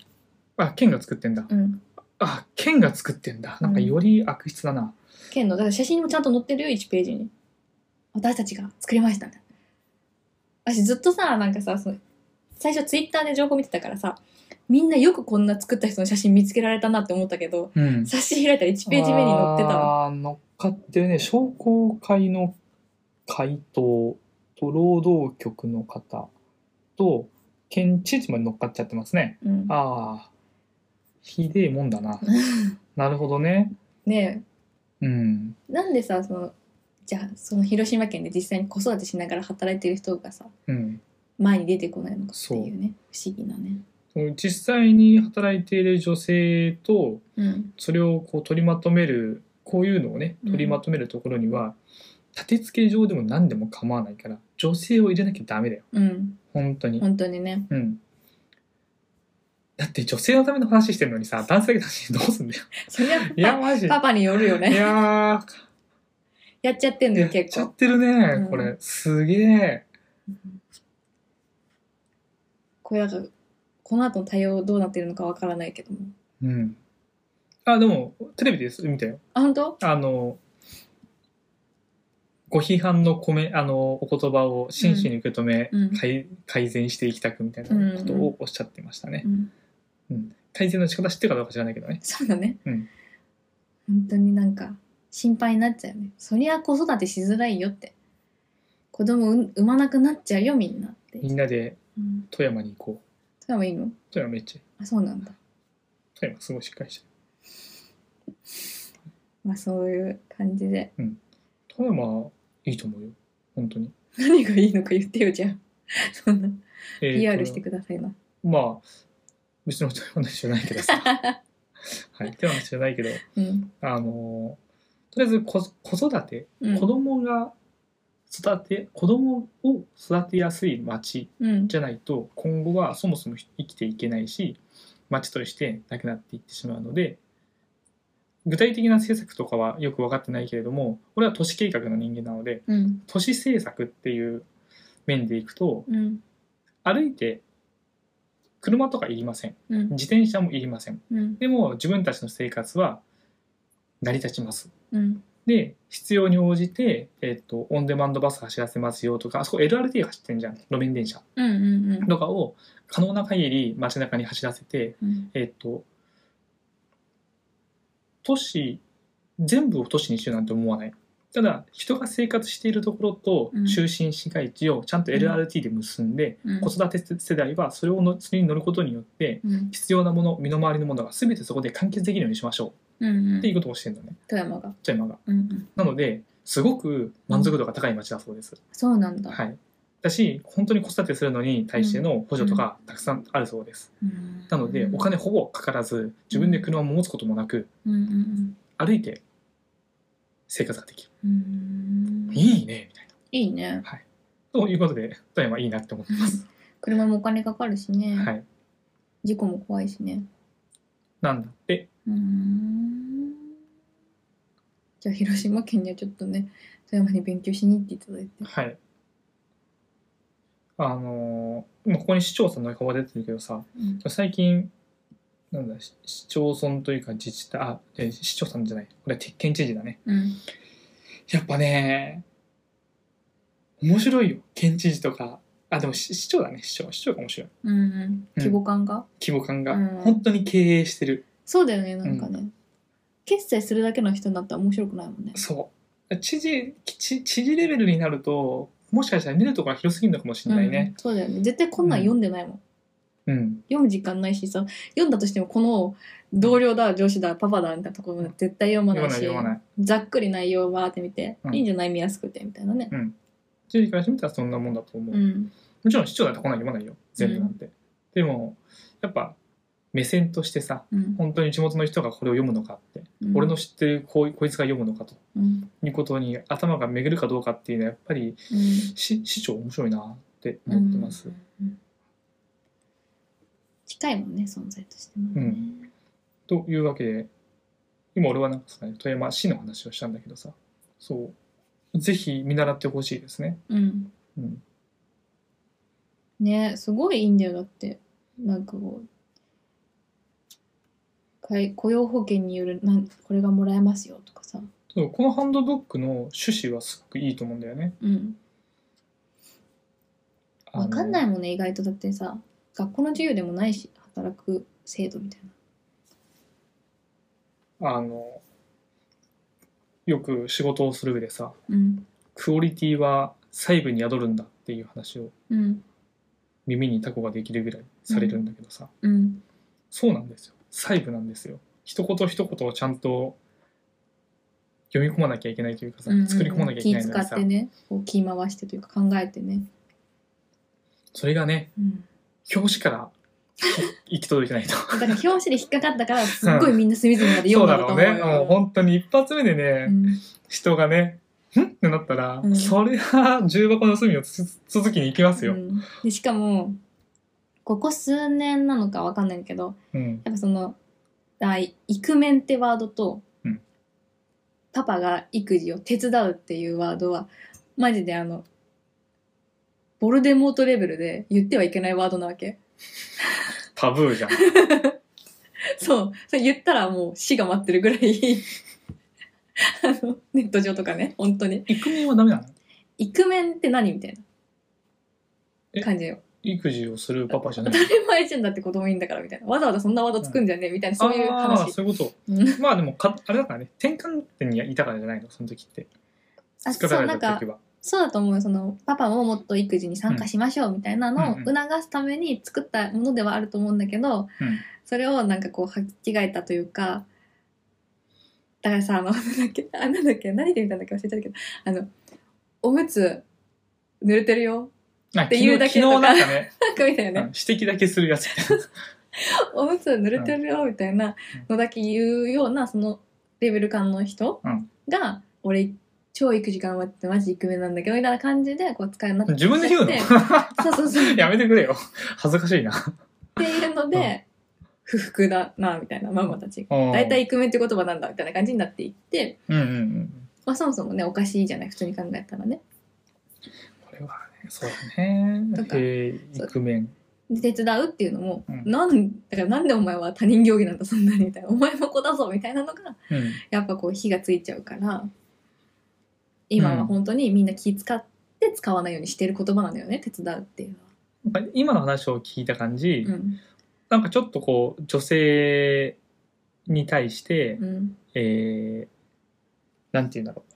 Speaker 1: あ、県が作ってんだ。
Speaker 2: うん
Speaker 1: あ、県が作ってんだ。なんかより悪質だな。
Speaker 2: 県のだから写真にもちゃんと載ってるよ1ページに私たちが作りましたみたいな私ずっとさなんかさその最初ツイッターで情報見てたからさみんなよくこんな作った人の写真見つけられたなって思ったけど
Speaker 1: うん。
Speaker 2: 冊子開いたら1ページ目に載ってたわ
Speaker 1: あー乗っかってるね。商工会の回答と労働局の方、と県知事まで乗っかっちゃってますね
Speaker 2: うん、
Speaker 1: ああひでえもんだ ななるほどね
Speaker 2: ね
Speaker 1: うん
Speaker 2: えなんでさそのじゃあその広島県で実際に子育てしながら働いてる人がさ
Speaker 1: うん
Speaker 2: 前に出てこないのかっていうね不思議なね
Speaker 1: その実際に働いている女性と
Speaker 2: うん
Speaker 1: それをこう取りまとめるこういうのをね
Speaker 2: うん
Speaker 1: 取りまとめるところには、立て付け上でも何でも構わないから女性を入れなきゃダメだよ
Speaker 2: うん
Speaker 1: 本当に、
Speaker 2: 本当にね
Speaker 1: うんだって女性のための話してるのに さ男性だけの話どうすんだよ
Speaker 2: そりゃ
Speaker 1: いやマジい
Speaker 2: パパによるよね
Speaker 1: やー
Speaker 2: やっちゃってんの
Speaker 1: や
Speaker 2: よ
Speaker 1: っち
Speaker 2: 結
Speaker 1: ゃっ
Speaker 2: 構
Speaker 1: てるね
Speaker 2: うん
Speaker 1: これすげえ
Speaker 2: これだからこの後の対応どうなってるのかわからないけども
Speaker 1: うんあでもテレビです見たよ
Speaker 2: あ本当
Speaker 1: あのご批判のコメあのお言葉を真摯に受け止め、
Speaker 2: うん
Speaker 1: 改改善していきたくみたいなことをおっしゃってましたね、
Speaker 2: うん
Speaker 1: 改善の仕方知ってるかどうか知らないけどね
Speaker 2: そうだね、
Speaker 1: うん
Speaker 2: 本当になんか心配になっちゃうねそりゃ子育てしづらいよって子供産産まなくなっちゃうよみんなって、
Speaker 1: みんなで
Speaker 2: うん、
Speaker 1: 富山に行こう
Speaker 2: それもいいの
Speaker 1: 富山めっちゃいい
Speaker 2: あそうなんだ
Speaker 1: 富山すごいしっかりしてる
Speaker 2: まあそういう感じで
Speaker 1: 富山いいと思うよ本当に、
Speaker 2: 何がいいのか言ってよじゃあ そんな
Speaker 1: えーと
Speaker 2: PR してくださいな、
Speaker 1: まあ別の富山の人じゃないけど さはい富山の人じゃないけど
Speaker 2: うん
Speaker 1: あのーとりあえず子子育て
Speaker 2: うん、
Speaker 1: 子供が育て子供を育てやすい町
Speaker 2: うん
Speaker 1: じゃないと今後はそもそも生きていけないし町としてなくなっていってしまうので具体的な政策とかはよく分かってないけれども俺は都市計画の人間なので
Speaker 2: うん
Speaker 1: 都市政策っていう面でいくと
Speaker 2: うん
Speaker 1: 歩いて車とかいりません
Speaker 2: うん
Speaker 1: 自転車もいりません
Speaker 2: うん
Speaker 1: でも自分たちの生活は成り立ちます
Speaker 2: うん
Speaker 1: で必要に応じて、えっとオンデマンドバス走らせますよとかあそこ LRT 走ってんじゃん路面電車
Speaker 2: うんうん
Speaker 1: とかを可能な限り街中に走らせて、
Speaker 2: うん
Speaker 1: えっと、都市全部を都市にしようなんて思わないただ人が生活しているところと
Speaker 2: うん
Speaker 1: 中心市街地をちゃんと
Speaker 2: うん
Speaker 1: LRT で結んで、
Speaker 2: うん
Speaker 1: 子育て世代はそれをのそれに乗ることによって
Speaker 2: うん
Speaker 1: 必要なもの身の回りのものが全てそこで完結できるようにしましょ
Speaker 2: うんう
Speaker 1: うんっていうことをしてるのね
Speaker 2: 富山が
Speaker 1: じゃあ今が。
Speaker 2: うんうん
Speaker 1: なのですごく満足度が高い街だそうです。
Speaker 2: そうなんだ、
Speaker 1: はい、だし本当に子育てするのに対しての補助とかたくさんあるそうです。
Speaker 2: うん
Speaker 1: なのでお金ほぼかからず自分で車を持つこともなく
Speaker 2: うんうんうん
Speaker 1: 歩いて生活ができる。
Speaker 2: うん
Speaker 1: いいねみたいな。
Speaker 2: いいね
Speaker 1: ということで富山いいなって思ってます。
Speaker 2: 車もお金かかるしね、
Speaker 1: はい、
Speaker 2: 事故も怖いしね
Speaker 1: なんだって
Speaker 2: うーんじゃあ広島県にはちょっとね富山に勉強しに行っていただいて
Speaker 1: はい。あのー今ここに市町村の顔が出てるけどさ
Speaker 2: うん
Speaker 1: 最近なんだ市市町村というか自治体あ、えー市町村じゃないこれは県知事だね。
Speaker 2: うん
Speaker 1: やっぱね、面白いよ。県知事とか。あ、でも市市長だね、市長。市長が面白い。
Speaker 2: うんうん規模感が、
Speaker 1: 規模感が。
Speaker 2: うん
Speaker 1: 本当に経営してる。
Speaker 2: そうだよねなんかね、決済するだけの人になったら面白くないもんね
Speaker 1: そう。知事、知知事レベルになると、もしかしたら見るところが広すぎるのかもしれないね
Speaker 2: う。ん、そうだよね絶対こんなん読んでないもん、
Speaker 1: うん。
Speaker 2: 読む時間ないしさ読んだとしてもこの同僚だ上司だパパだみたいなところも絶対読まな
Speaker 1: 読ま
Speaker 2: い
Speaker 1: ない
Speaker 2: し
Speaker 1: 読まない。
Speaker 2: ざっくり内容をバーって見て、
Speaker 1: うん
Speaker 2: いいんじゃない見やすくてみたいなね
Speaker 1: 知事からしてみたらそんなもんだと思う。
Speaker 2: うん
Speaker 1: もちろん市長だとこんなん読まないよ。全部なんて。でも、やっぱ、目線としてさ、
Speaker 2: うん、
Speaker 1: 本当に地元の人がこれを読むのかって、俺の知ってるこうこいつが読むのかと
Speaker 2: うん
Speaker 1: いうことに頭が巡るかどうかっていうのはやっぱり
Speaker 2: うん
Speaker 1: 市市長面白いなって思ってます、
Speaker 2: うんうん近いもんね存在としても
Speaker 1: う
Speaker 2: ね、
Speaker 1: んというわけで今俺はなんかさ富山市の話をしたんだけどさそうぜひ見習ってほしいですね、
Speaker 2: うん
Speaker 1: うん、
Speaker 2: ねすごいいいんだよだってなんかこうかい雇用保険によるなんこれがもらえますよとかさ、
Speaker 1: そうこのハンドブックの趣旨はすごくいいと思うんだよね
Speaker 2: うん、
Speaker 1: わ
Speaker 2: わかんない
Speaker 1: い
Speaker 2: もんね意外とだってさ学校の授業でもないし働く制度みたいな
Speaker 1: あのよく仕事をする上でさ
Speaker 2: うん
Speaker 1: クオリティは細部に宿るんだっていう話を
Speaker 2: うん
Speaker 1: 耳にタコができるぐらいされるんだけどさ、
Speaker 2: うん
Speaker 1: そうなんですよ細部なんですよ一言一言をちゃんと読み込まなきゃいけないというかさ、
Speaker 2: うん
Speaker 1: 作り込まなきゃいけないのに
Speaker 2: 気使
Speaker 1: さ、
Speaker 2: ってねこう気回してというか考えてね、
Speaker 1: それがね
Speaker 2: うん、
Speaker 1: 表紙からい行き届いてないと
Speaker 2: だから表紙で引っかかったからすっごいみんな隅々まで 読んだと
Speaker 1: そう
Speaker 2: 思う
Speaker 1: だろうね
Speaker 2: よ
Speaker 1: もう本当に一発目でね、
Speaker 2: うん
Speaker 1: 人がねんってなったら、
Speaker 2: うん
Speaker 1: それは重箱の隅をつ続きに行きますよ、
Speaker 2: うんでしかもここ数年なのかわかんないけど
Speaker 1: うん
Speaker 2: やっぱそのあイクメンってワードと、
Speaker 1: うん
Speaker 2: パパが育児を手伝うっていうワードはマジであのボルデモートレベルで言ってはいけないワードなわけ
Speaker 1: タブーじゃん
Speaker 2: そうそれ言ったらもう死が待ってるぐらいあのネット上とかね本当に
Speaker 1: 育民はダメなの
Speaker 2: イクメンって何みたい
Speaker 1: え
Speaker 2: な感じよ
Speaker 1: 育児をするパパじゃ
Speaker 2: 当
Speaker 1: ない
Speaker 2: たり前じゃんだって子供いいんだからみたいなわざわざそんなワードつくんじゃねえみたいなそういう
Speaker 1: ああー
Speaker 2: 話
Speaker 1: そういうこ
Speaker 2: うん
Speaker 1: とまあでもかあれだからね転換点にいたからじゃないのその時って
Speaker 2: あ
Speaker 1: 作
Speaker 2: そ
Speaker 1: ら
Speaker 2: う
Speaker 1: れ
Speaker 2: なん
Speaker 1: た
Speaker 2: か
Speaker 1: 時は
Speaker 2: そうだと思うよそのパパももっと育児に参加しましょうみたいなのを
Speaker 1: うんうんう
Speaker 2: 促
Speaker 1: ん
Speaker 2: すために作ったものではあると思うんだけど、
Speaker 1: うん
Speaker 2: それをなんかこう履き違えたというかだからさあのなんだっけあなんだっけ何で見たんだっけ忘れちゃったけどあのおむつ濡れてるよ
Speaker 1: あ
Speaker 2: ていうだけと
Speaker 1: 昨
Speaker 2: か
Speaker 1: 日昨日なんか ね
Speaker 2: なんかみたいな
Speaker 1: うん
Speaker 2: ね、
Speaker 1: 指摘だけするやつみ たいな
Speaker 2: おむつ濡れてるよみたいなのだけ言うようなそのレベル感の人
Speaker 1: うん
Speaker 2: が、俺超育児頑張ってマジイクメンなんだけどみたいな感じでこう使いになって
Speaker 1: 自分で言うの
Speaker 2: そうそうそ う
Speaker 1: やめてくれよ恥ずかしいな
Speaker 2: っていうので、不服だなみたいなママたちが
Speaker 1: うん
Speaker 2: 大体イクメンって言葉なんだみたいな感じになっていって、
Speaker 1: うんうんうん
Speaker 2: まあ、そもそもねおかしいじゃない普通に考えたらね
Speaker 1: これはねそうだね
Speaker 2: とか
Speaker 1: えー、イクメン
Speaker 2: で手伝うっていうのも、
Speaker 1: うん
Speaker 2: なんだからなんでお前は他人行儀なんだそんなにみたいなお前の子だぞみたいなのが
Speaker 1: うん
Speaker 2: やっぱこう火がついちゃうから今は本当にみんな気使って使わないようにしてる言葉なんだよね手伝うっていうのは。
Speaker 1: なんか今の話を聞いた感じ、
Speaker 2: うん
Speaker 1: なんかちょっとこう女性に対して、
Speaker 2: うん
Speaker 1: えー、なんて言うんだろう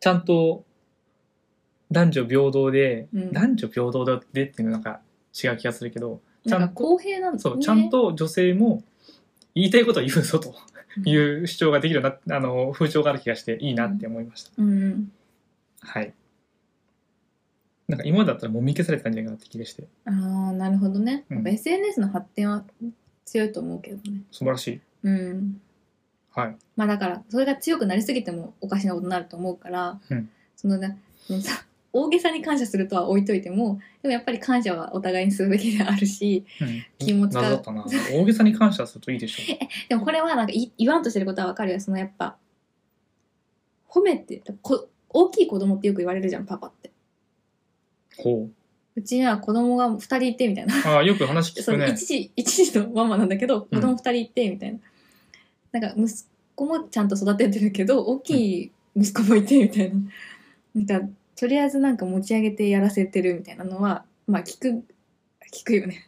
Speaker 1: ちゃんと男女平等で、
Speaker 2: うん
Speaker 1: 男女平等だってっていうのなんか違う気がするけどちゃ
Speaker 2: なんんか公平なんだ
Speaker 1: そう、ちゃんと女性も言いたいことを言うぞとい
Speaker 2: うん、
Speaker 1: う主張ができるようなあの風潮がある気がしていいなって思いました、
Speaker 2: うん
Speaker 1: はいなんか今までだったらもみ消されてたんじゃないかなって気がして
Speaker 2: ああなるほどね、
Speaker 1: うん
Speaker 2: やっぱ SNS の発展は強いと思うけどね
Speaker 1: 素晴らしい
Speaker 2: うん
Speaker 1: はい
Speaker 2: まあだからそれが強くなりすぎてもおかしなことになると思うから、
Speaker 1: うん
Speaker 2: そのねそのさ大げさに感謝するとは置いといてもでもやっぱり感謝はお互いにするべきであるし
Speaker 1: うん
Speaker 2: 気も使う
Speaker 1: 謎だったな大げさに感謝するといいでしょ
Speaker 2: でもこれはなんかい言わんとしてることはわかるよそのやっぱ褒めてこ大きい子供ってよく言われるじゃんパパって
Speaker 1: うほ
Speaker 2: うちには子供が2人いてみたいな
Speaker 1: うああよく話聞
Speaker 2: そ
Speaker 1: く
Speaker 2: の
Speaker 1: ね
Speaker 2: 一時、一時のママなんだけど、
Speaker 1: うん
Speaker 2: 子供二人いて、みたいな。なんか息子もちゃんと育ててるけど、大きい息子もいて、みたいな。なんか、とりあえずなんか持ち上げてやらせてるみたいなのは、まあ聞く、聞くよね。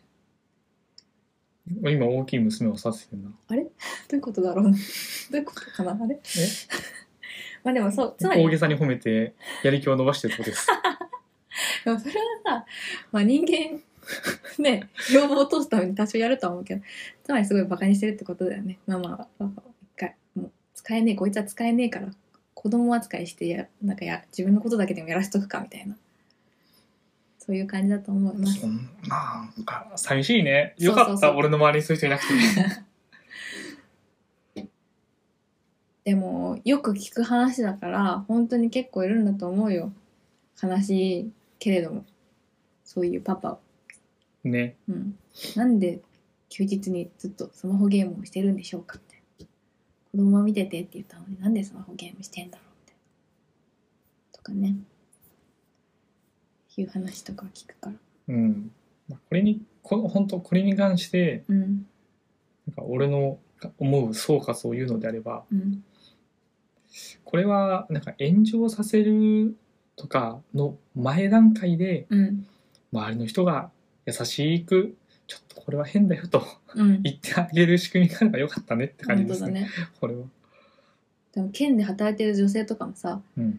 Speaker 1: 今大きい娘を指してるな
Speaker 2: どういうことだろうな。どういうことかなあれ
Speaker 1: え
Speaker 2: まあでもそう、つまり、
Speaker 1: 大げ
Speaker 2: で
Speaker 1: さに褒めてやる気を伸ばしてるってことです
Speaker 2: もそれはさ、まあ人間、 ね、要望を通すために多少やるとは思うけど、つまりすごいバカにしてるってことだよね、ママは。ママは一回、もう使えねえ、こいつは使えねえから、子供扱いしてや、なんかや、自分のことだけでもやらせとくか、みたいな。そういう感じだと思います
Speaker 1: そ。んなんか寂しいねよかった
Speaker 2: そうそうそう
Speaker 1: 俺の周りにそういう人いなくて
Speaker 2: でも、よく聞く話だから、本当に結構いるんだと思うよ。悲しいけれども、そういうパパを。
Speaker 1: ね
Speaker 2: うん、なんで休日にずっとスマホゲームをしてるんでしょうかみたいな子供は見ててって言ったのになんでスマホゲームしてんだろうみたいなとかねいう話とかは聞くから
Speaker 1: うんまあこれにこ本当これに関して
Speaker 2: うん
Speaker 1: なんか俺の思う総括を言うのであれば
Speaker 2: うん
Speaker 1: これはなんか炎上させるとかの前段階で
Speaker 2: うん
Speaker 1: 周りの人が優しくちょっとこれは変だよと
Speaker 2: うん
Speaker 1: 言ってあげる仕組みがあればよかったねって感じ
Speaker 2: 本
Speaker 1: で
Speaker 2: 当
Speaker 1: す
Speaker 2: だ
Speaker 1: ね
Speaker 2: ね
Speaker 1: これは。
Speaker 2: でも県で働いてる女性とかもさ、
Speaker 1: うん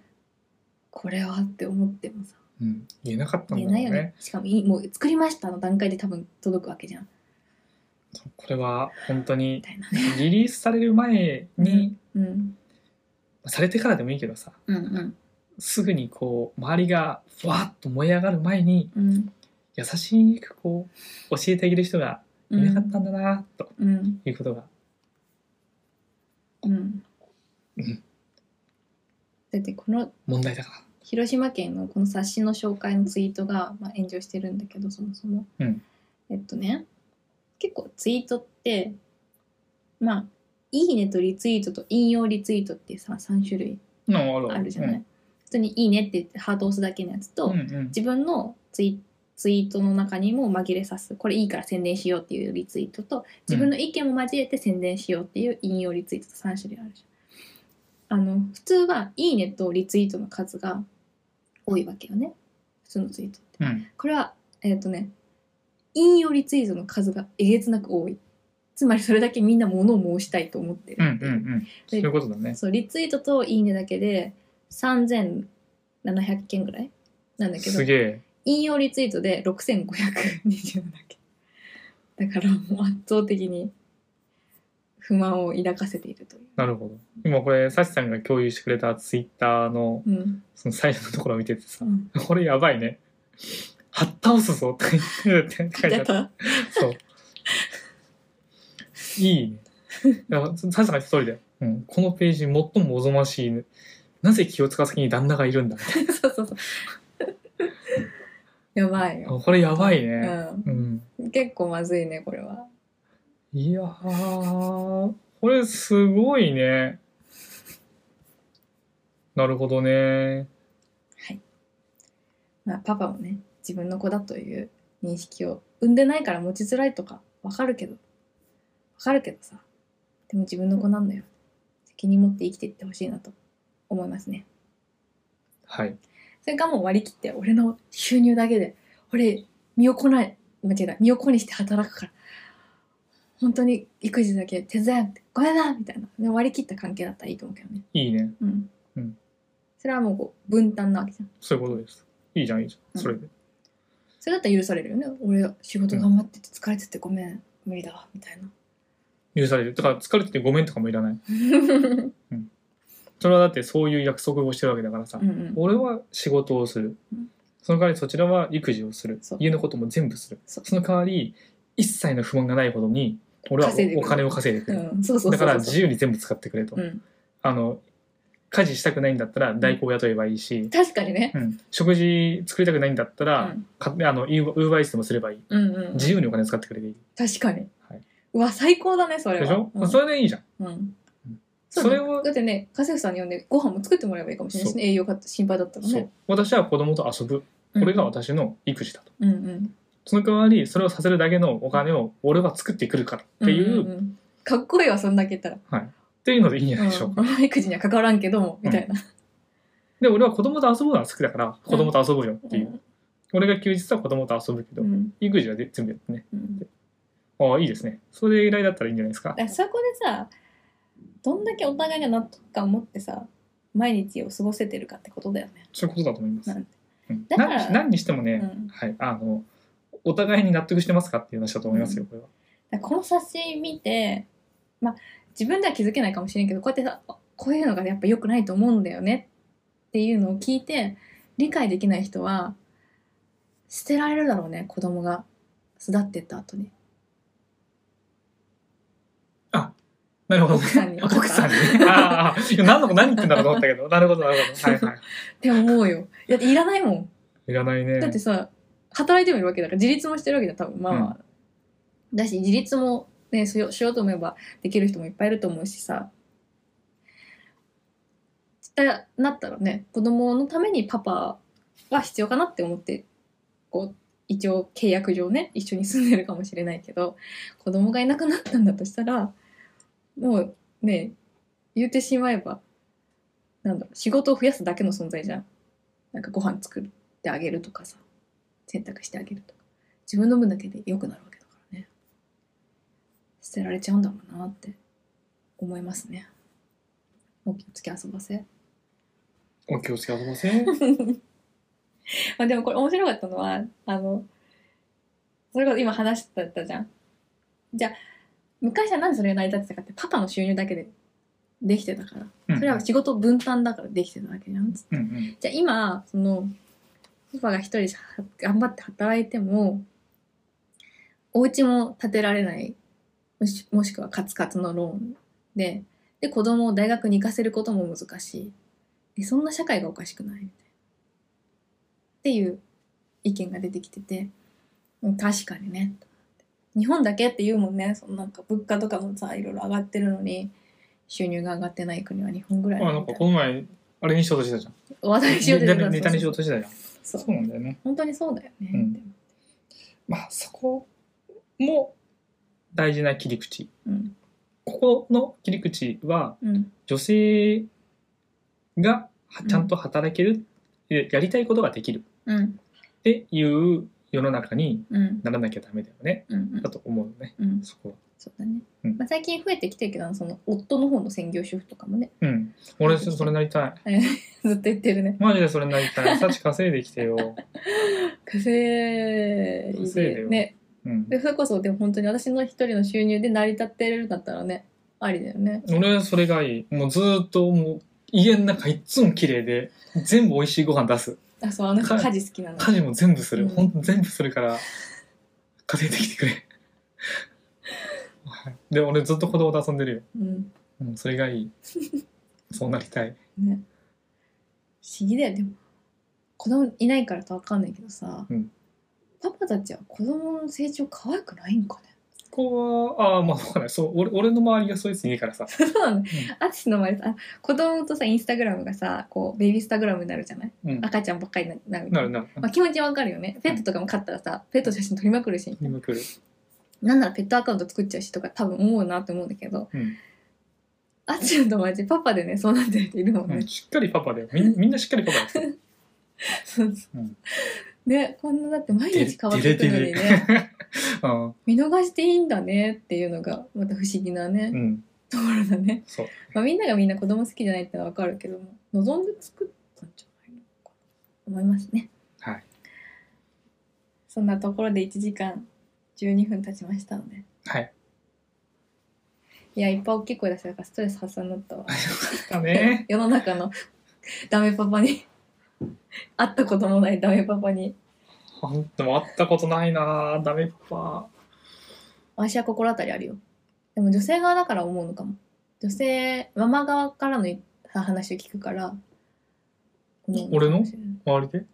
Speaker 2: これはって思ってもさ
Speaker 1: うん、言えなかったんだ
Speaker 2: 言え
Speaker 1: ろう
Speaker 2: ないよ
Speaker 1: ね
Speaker 2: ねしかもいいもう作りましたの段階で多分届くわけじゃん
Speaker 1: そうこれは本当
Speaker 2: み
Speaker 1: に
Speaker 2: たいな
Speaker 1: リリースされる前に、
Speaker 2: うん
Speaker 1: されてからでもいいけどさ
Speaker 2: うんうん
Speaker 1: すぐにこう周りがふわっと燃え上がる前に
Speaker 2: うん
Speaker 1: 優しくこう教えてあげる人がいなかったんだなと
Speaker 2: うん
Speaker 1: いうことが、
Speaker 2: うん
Speaker 1: うん
Speaker 2: だってこの
Speaker 1: 問題だか
Speaker 2: 広島県のこの冊子の紹介のツイートが、まあ、炎上してるんだけどそもそも、
Speaker 1: うん
Speaker 2: えっとね結構ツイートってまあ「いいね」とリツイートと引用リツイートってさ3種類
Speaker 1: らのある
Speaker 2: あるじゃない、普通に「いいね」って言ってハート押すだけのやつと、
Speaker 1: うんうんうん
Speaker 2: 自分のツイツイートの中にも紛れさすこれいいから宣伝しようっていうリツイートと自分の意見も交えて宣伝しようっていう引用リツイートと3種類あるじゃん。あの普通は「いいね」とリツイートの数が多いわけよね普通のツイートって。
Speaker 1: うん
Speaker 2: これはえっ、とね引用リツイートの数がえげつなく多い。つまりそれだけみんな物を申したいと思ってる
Speaker 1: う
Speaker 2: っ
Speaker 1: ん
Speaker 2: て
Speaker 1: う
Speaker 2: い
Speaker 1: ん
Speaker 2: う
Speaker 1: うんそういうことだね
Speaker 2: そうリツイートと「いいね」だけで3700件ぐらいなんだけど
Speaker 1: すげえ
Speaker 2: 引用リツイートで6527だけだからもう圧倒的に不満を抱かせているとい
Speaker 1: なるほど今これサシさんが共有してくれたツイッターの
Speaker 2: う、うん
Speaker 1: その最初のところを見ててさ
Speaker 2: うん、
Speaker 1: これやばいね。はっ倒すぞって言ってるって書いて
Speaker 2: や
Speaker 1: あ
Speaker 2: っ
Speaker 1: った。
Speaker 2: た
Speaker 1: そう。いいね。いや、サシさんが言った通りだよ。うん。このページ最もおぞましい、ね。なぜ清塚先に旦那がいるんだみたい
Speaker 2: そうそう そうやばいよ、
Speaker 1: な。これやばいうね。うん。
Speaker 2: ん、結構まずいねこれはい
Speaker 1: やー、これすごいね。なるほどね。
Speaker 2: まあ、パパもね自分の子だという認識を産んでないから持ちづらいとかわかるけどわかるけどさでも自分の子なんだよ責任持って生きていってほしいなと思いますね
Speaker 1: はい。
Speaker 2: それがもう割り切って俺の収入だけで俺身を粉ない間違えた身を粉にして働くから本当に育児だけ手伝えなくてごめんなみたいなで割り切った関係だったらいいと思うけどね
Speaker 1: いいね。
Speaker 2: うん、
Speaker 1: うん
Speaker 2: それはもうこう分担なわけじゃん
Speaker 1: そういうことです。いいじゃん、いいじゃん。それで。
Speaker 2: それだったら許されるよね俺仕事頑張ってて疲れててごめん無理だわみたいな
Speaker 1: 許される。だから疲れててごめんとかもいらない。 それはだってそういう約束をしてるわけだからさ、
Speaker 2: うんうん
Speaker 1: 俺は仕事をする、
Speaker 2: うん
Speaker 1: その代わりそちらは育児をする
Speaker 2: そう
Speaker 1: 家のことも全部する
Speaker 2: そう
Speaker 1: その代わり一切の不満がないほどに俺は
Speaker 2: 稼いで
Speaker 1: お
Speaker 2: くれ
Speaker 1: 金を稼いでく
Speaker 2: う
Speaker 1: れる、
Speaker 2: んそうそうそうそう
Speaker 1: だから自由に全部使ってくれと、
Speaker 2: うん、
Speaker 1: あの家事したくないんだったら代行を雇えばいいし、
Speaker 2: 確かにね
Speaker 1: うん食事作りたくないんだった
Speaker 2: う
Speaker 1: ら、
Speaker 2: ん
Speaker 1: かあのウーバーイーツでもすればいい
Speaker 2: うんうん
Speaker 1: 自由にお金使ってくれていい
Speaker 2: 確かに、
Speaker 1: はいう
Speaker 2: わ最高だねそれは
Speaker 1: でしょ、
Speaker 2: うん
Speaker 1: それでいいじゃん
Speaker 2: うん
Speaker 1: うん。
Speaker 2: そ
Speaker 1: そ
Speaker 2: れ
Speaker 1: れ
Speaker 2: を
Speaker 1: を
Speaker 2: だってね、家政婦さんに呼んでご飯も作ってもらえばいいかもしれないしね、栄養が心配だったら
Speaker 1: そう
Speaker 2: ね。
Speaker 1: 私は子供と遊ぶ
Speaker 2: うん
Speaker 1: これが私の育児だと、
Speaker 2: うんうん。
Speaker 1: その代わりそれをさせるだけのお金を俺は作ってくるからっていう、
Speaker 2: んんん。かっこいいわ、そんだけ言ったら。
Speaker 1: はい。っていうのでいいんじゃないでしょうか。
Speaker 2: うん育児には関わらんけども、みたいな。
Speaker 1: で、俺は子供と遊ぶのは好きだから、子供と遊ぼうよっていう。
Speaker 2: うん
Speaker 1: 俺が休日は子供と遊ぶけど、
Speaker 2: うん
Speaker 1: 育児は全部やってね。
Speaker 2: うん
Speaker 1: ああ、いいですね。それ以来だったらいいんじゃないですか。
Speaker 2: だからそこでさ、どんだけお互いが納得感を持ってさ、毎日を過ごせてるかってことだよね。
Speaker 1: そういうことだと思います。うん
Speaker 2: だから
Speaker 1: 何何にしてもね、
Speaker 2: うん
Speaker 1: はい、あの、お互いに納得してますかっていう話だと思いますよ、これは。
Speaker 2: だからこの冊子見て、まあ、自分では気づけないかもしれんけどこうやってさあこういうのがやっぱ良くないと思うんだよねっていうのを聞いて理解できない人は捨てられるだろうね子供が巣立ってった後に
Speaker 1: なるほど、
Speaker 2: 奥さんに
Speaker 1: ね。奥さんに。ああ、 いや何の何言ってんだろうと思ったけど、なるほど、なるほど。はいはい。
Speaker 2: って思うよだっていらないもん
Speaker 1: いらないね。
Speaker 2: だってさ働いてもいるわけだから自立もしてるわけだ多分まあ、まあだし自立もねしよしようと思えばできる人もいっぱいいると思うしさ絶対なったらね子供のためにパパは必要かなって思ってこう一応契約上ね一緒に住んでるかもしれないけど子供がいなくなったんだとしたらもうね言ってしまえばなんだろう仕事を増やすだけの存在じゃんなんかご飯作ってあげるとかさ洗濯してあげるとか自分の分だけで良くなるわけだからね捨てられちゃうんだろうなって思いますねお気をつけ遊ばせ
Speaker 1: お気をつけ遊ばせ。
Speaker 2: まあでもこれ面白かったのは、あの、それこそ今話してたじゃん。じゃあ、昔はなんでそれが成り立ってたかって、パパの収入だけでできてたから。
Speaker 1: うん
Speaker 2: それは仕事分担だからできてたわけじゃん。
Speaker 1: うんうん
Speaker 2: じゃあ今、その、パパが一人で頑張って働いても、お家も建てられない、もしもしくはカツカツのローンで、で、子供を大学に行かせることも難しい。えそんな社会がおかしくないみたいな。っていう意見が出てきてて、うん確かにね。日本だけって言うもんね、そのなんか物価とかもさ、いろいろ上がってるのに、収入が上がってない国は日本ぐらい
Speaker 1: あなんかこの前あれにしようとしてたじゃん
Speaker 2: 話題に しようとしてた
Speaker 1: ネタにしようとしてたじゃん
Speaker 2: そう
Speaker 1: そうなんだよね
Speaker 2: 本当にそうだよね、
Speaker 1: うんまあそこも大事な切り口
Speaker 2: うん
Speaker 1: ここの切り口は
Speaker 2: うん
Speaker 1: 女性がはちゃんと働ける、でやりたいことができる
Speaker 2: うん
Speaker 1: っていう世の中に
Speaker 2: うん
Speaker 1: ならなきゃダメだよね
Speaker 2: うん
Speaker 1: だと思うね
Speaker 2: うん
Speaker 1: そこは
Speaker 2: そうだね、
Speaker 1: うん
Speaker 2: まあ、最近増えてきてるけどその夫の方の専業主婦とかもね
Speaker 1: うん俺それなりたい
Speaker 2: ずっと言ってるね
Speaker 1: マジでそれなりたい幸稼いできてよ、
Speaker 2: 稼
Speaker 1: 稼
Speaker 2: い
Speaker 1: いで
Speaker 2: で
Speaker 1: よ
Speaker 2: ね
Speaker 1: うん、
Speaker 2: でそれこそでも本当に私の一人の収入で成り立ってるんだったらねありだよね
Speaker 1: 俺はそれがいいもうずーっともう家の中いっつも綺麗で全部美味しいご飯出す
Speaker 2: あそうあの人
Speaker 1: はい
Speaker 2: 家事好きなの
Speaker 1: 家事も全部する、
Speaker 2: うん
Speaker 1: ほんと全部するから稼いできてくれはいで俺ずっと子供と遊んでるよ、
Speaker 2: うん
Speaker 1: うん、それがいいそうなりたい
Speaker 2: ね不思議だよでも子供いないからかわかんないけどさ、
Speaker 1: うん
Speaker 2: パパたちは子供の成長可愛くないんかね
Speaker 1: ここはああまあそうかねそう俺俺の周りがそういうやついねえからさ、
Speaker 2: そうなのアツシの前でさあ子供とさインスタグラムがさこうベビースタグラムになるじゃない
Speaker 1: うんうん、
Speaker 2: 赤ちゃんばっかりになる
Speaker 1: なるなる
Speaker 2: まあ、気持ちわかるよねペットとかも飼ったらさペット写真撮りまくるし
Speaker 1: 今来る、
Speaker 2: なんならペットアカウント作っちゃうしとか多分思うなって思うんだけど
Speaker 1: うん
Speaker 2: アツシの友達パパでねそうなってる人いるもん
Speaker 1: う
Speaker 2: ね
Speaker 1: ん、しっかりパパだよみんみんなしっかりパパ ですよ
Speaker 2: そうそ
Speaker 1: う
Speaker 2: う
Speaker 1: ん
Speaker 2: ねこんなだって毎日変わって
Speaker 1: デレ
Speaker 2: くの
Speaker 1: デレ
Speaker 2: に ね
Speaker 1: うん
Speaker 2: 見逃していいんだねっていうのがまた不思議なね、
Speaker 1: うん
Speaker 2: ところだね、
Speaker 1: そう
Speaker 2: まあ、みんながみんな子供好きじゃないってのはわかるけども望んで作ったんじゃないのかな思いますね
Speaker 1: はい
Speaker 2: そんなところで1時間12分経ちましたので。
Speaker 1: はい
Speaker 2: いや、いっぱい大きい声出したからストレス発散になったわ。
Speaker 1: だね
Speaker 2: 世の中のダメパパに、会ったこともないダメパパに、
Speaker 1: ほんと会ったことないなぁダメパ
Speaker 2: 私は心当たりあるよ。でも女性側だから思うのかも。女性、ママ側からの話を聞くから、思うかもしれない
Speaker 1: パ周りで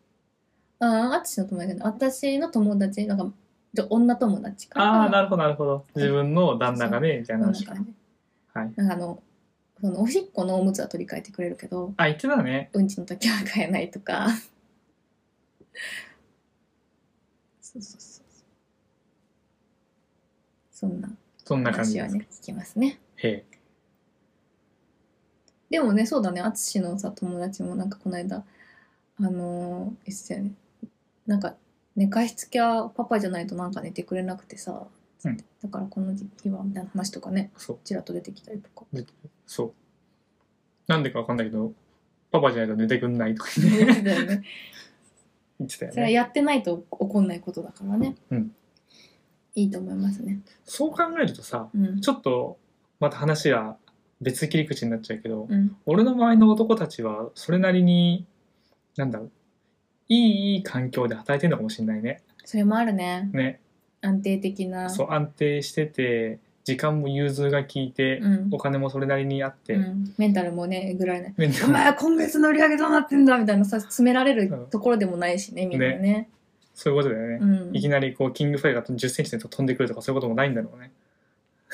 Speaker 2: うん、私の友達じゃない私の友達、なんか、じょ女友達から。
Speaker 1: ああなるほどなるほど自分の旦那がねみたいな
Speaker 2: なん
Speaker 1: 話
Speaker 2: かね
Speaker 1: はい
Speaker 2: なんかあの、そのおしっこのおむつは取り替えてくれるけど、
Speaker 1: あ言ってたね
Speaker 2: うんちの時は変えないとか。そうそうそうそう。そんな
Speaker 1: そんな感じで
Speaker 2: 話は
Speaker 1: す、
Speaker 2: ね、聞きますね。
Speaker 1: へえ
Speaker 2: でもね、そうだね、淳のさ、友達もなんかこの間、あのー、言ってたよね。なんか、寝かしつけはパパじゃないとなんか寝てくれなくてさ、
Speaker 1: うん
Speaker 2: だからこの時期はみたいな話とかね、
Speaker 1: そう
Speaker 2: ちらっと出てきたり とか。
Speaker 1: そうなんでかわかんないけどパパじゃないと寝てくんないとか
Speaker 2: 言
Speaker 1: ね
Speaker 2: ってたよね。
Speaker 1: 言ってたよ
Speaker 2: それは
Speaker 1: ね
Speaker 2: やってないと怒んないことだからね、
Speaker 1: うん
Speaker 2: いいと思いますね、
Speaker 1: そう考えるとさ
Speaker 2: うん
Speaker 1: ちょっとまた話が別切り口になっちゃうけど、
Speaker 2: うん
Speaker 1: 俺の周りの男たちはそれなりになんだろういいいい環境で働いてるのかもしれないね
Speaker 2: それもあるね
Speaker 1: ね
Speaker 2: 安定的な
Speaker 1: そう安定してて時間も融通が利いて、
Speaker 2: うん
Speaker 1: お金もそれなりにあって、
Speaker 2: うん、メンタルもねえぐられない
Speaker 1: 面
Speaker 2: 「お
Speaker 1: 倒
Speaker 2: 前今月の売り上げどうなってんだ」みたいなさ詰められるところでもないしねみんなね
Speaker 1: そういうことだよね、
Speaker 2: うん
Speaker 1: いきなりこうキングファイが1 0ンチで飛んでくるとかそういうこともないんだろうね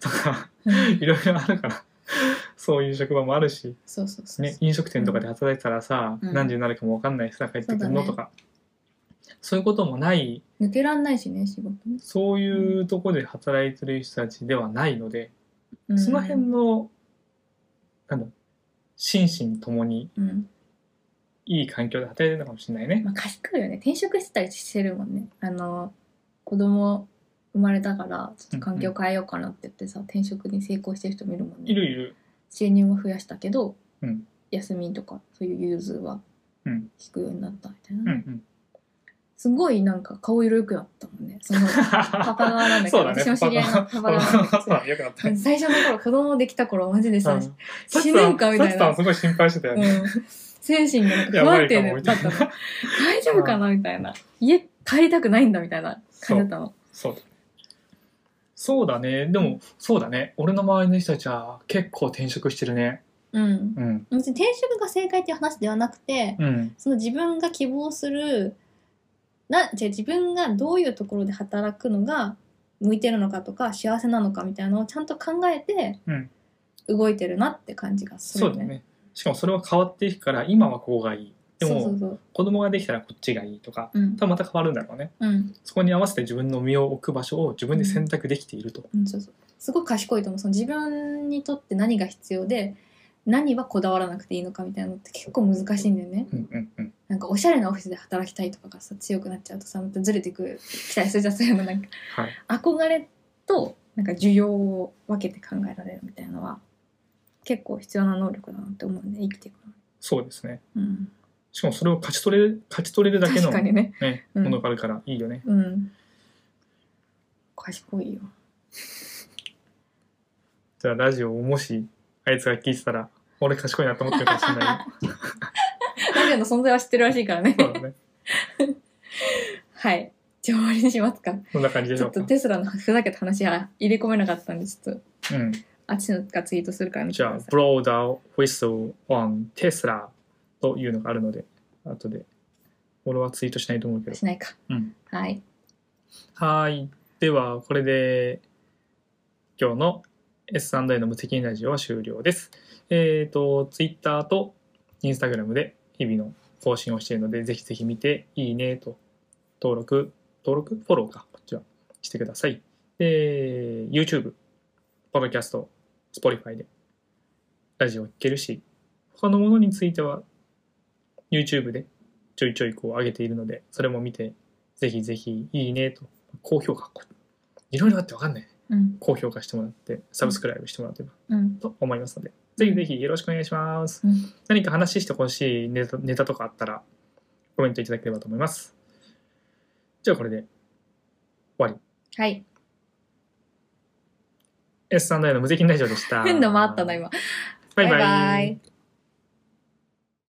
Speaker 1: とか
Speaker 2: うん
Speaker 1: いろいろあるからそういう職場もあるし、
Speaker 2: そうそうそう、
Speaker 1: ね、飲食店とかで働いてたらさ、
Speaker 2: うん
Speaker 1: 何時になるかも分かんないしさ帰ってくるの
Speaker 2: そ
Speaker 1: と
Speaker 2: うだ
Speaker 1: かそういうこともない
Speaker 2: 抜けらんないしね仕事ね、
Speaker 1: そういうとこで働いてる人たちではないので、
Speaker 2: うん
Speaker 1: その辺のなんだ心身ともに
Speaker 2: うん
Speaker 1: いい環境で働いてるのかもしれないね。
Speaker 2: まあ、賢いよね転職してたりしてるもんねあの子供生まれたからちょっと環境変えようかなって言ってさ、転職に成功してる人もいるもんね
Speaker 1: いるいる。
Speaker 2: 収入は増やしたけど、
Speaker 1: うん
Speaker 2: 休みとかそういう融通は
Speaker 1: うん
Speaker 2: 聞くようになったみたい
Speaker 1: うんう
Speaker 2: な、
Speaker 1: ん。
Speaker 2: すごいなんか顔色良くなったもんねそ のパパ側なんだけ
Speaker 1: そ
Speaker 2: ど
Speaker 1: うだね。
Speaker 2: 私の知り合いのパパ側なんだ
Speaker 1: パ
Speaker 2: け
Speaker 1: パそうだね。よくなった
Speaker 2: ど
Speaker 1: ね。
Speaker 2: 最初の頃子供できた頃マジでさ、
Speaker 1: うん
Speaker 2: 死ぬんかみたいな
Speaker 1: サチさんすごい心配してたよ
Speaker 2: う
Speaker 1: ね。
Speaker 2: ん、精神がなんか不安定だったの
Speaker 1: やばいかもみたい
Speaker 2: 大丈夫かなみたいな家帰りたくないんだみたいな感じだったの
Speaker 1: そうだね。そうだね。でも、そうだね。俺の周りの人たちは結構転職してるね。
Speaker 2: うん
Speaker 1: うん。
Speaker 2: 別に転職が正解っていう話ではなくて、
Speaker 1: うん。
Speaker 2: その自分が希望するなじゃあ自分がどういうところで働くのが向いてるのかとか幸せなのかみたいなのをちゃんと考えて
Speaker 1: うん
Speaker 2: 動いてるなって感じがする
Speaker 1: そうだね。しかもそれは変わっていくから、今はこうがいい。で
Speaker 2: そうそう
Speaker 1: も、
Speaker 2: そう
Speaker 1: 子供ができたらこっちがいいとか、
Speaker 2: うん
Speaker 1: 多分また変わるんだろうね。
Speaker 2: うん、
Speaker 1: そこに合わせて自分の身を置く場所を自分で選択できていると。
Speaker 2: うん、そうそうすごい賢いと思うその自分にとって何が必要で何はこだわらなくていいのかみたいなのって結構難しいんだよね
Speaker 1: うんうんうん。
Speaker 2: なんかおしゃれなオフィスで働きたいとかがさ強くなっちゃうとさまたずれてくきたりするじゃんそういうのなんか
Speaker 1: はい。
Speaker 2: 憧れとなんか需要を分けて考えられるみたいなのは結構必要な能力だなって思うんで生きていくのに
Speaker 1: そうですね。
Speaker 2: うん、
Speaker 1: しかもそれを勝ち取れる、勝ち取れるだけの
Speaker 2: 確かにね
Speaker 1: ね、
Speaker 2: うん
Speaker 1: ものがあるからいいよね。
Speaker 2: うん賢い よ
Speaker 1: じゃあラジオをもし、あいつが聞いてたら、俺賢いなと思ってるかもしれないよ。
Speaker 2: ラジオの存在は知ってるらしいからね
Speaker 1: そうだね。
Speaker 2: はいじゃあ終わりにしますか
Speaker 1: そんな感じでし
Speaker 2: ち
Speaker 1: ょ
Speaker 2: ょっ
Speaker 1: うか
Speaker 2: と。テスラのふざけた話は入れ込めなかったんでちょっと
Speaker 1: うん。
Speaker 2: あっちのがツイートするから見て
Speaker 1: じ
Speaker 2: く
Speaker 1: ゃあ
Speaker 2: ださ、い
Speaker 1: blow the whistle on Tesla というのがあるので、後で。俺はツイートしないと思うけど。
Speaker 2: しないか、
Speaker 1: うん
Speaker 2: はい
Speaker 1: はーい。では、これで、今日の S&A の無責任ラジオは終了です。えっ、ー、と、Twitter と Instagram で日々の更新をしているので、ぜひぜひ見て、いいねと、登録、登録フォローか、こっちは、してください。で、YouTube、Podcast、Spotify で、ラジオ聞けるし、他のものについては、YouTube でちょいちょいこう上げているので、それも見てぜひぜひ、いいねと、高評価、こいろいろあってわかんないね。
Speaker 2: うん
Speaker 1: 高評価してもらって、サブスクライブしてもらって
Speaker 2: うん
Speaker 1: と思いますので、ぜひぜひよろしくお願いします。
Speaker 2: うん
Speaker 1: 何か話してほしいネタネタとかあったら、コメントいただければと思います。じゃあこれで、
Speaker 2: はい
Speaker 1: S&A の無責任ラジオでした。
Speaker 2: 変な回ったな今
Speaker 1: バイバイ。
Speaker 2: バイバイ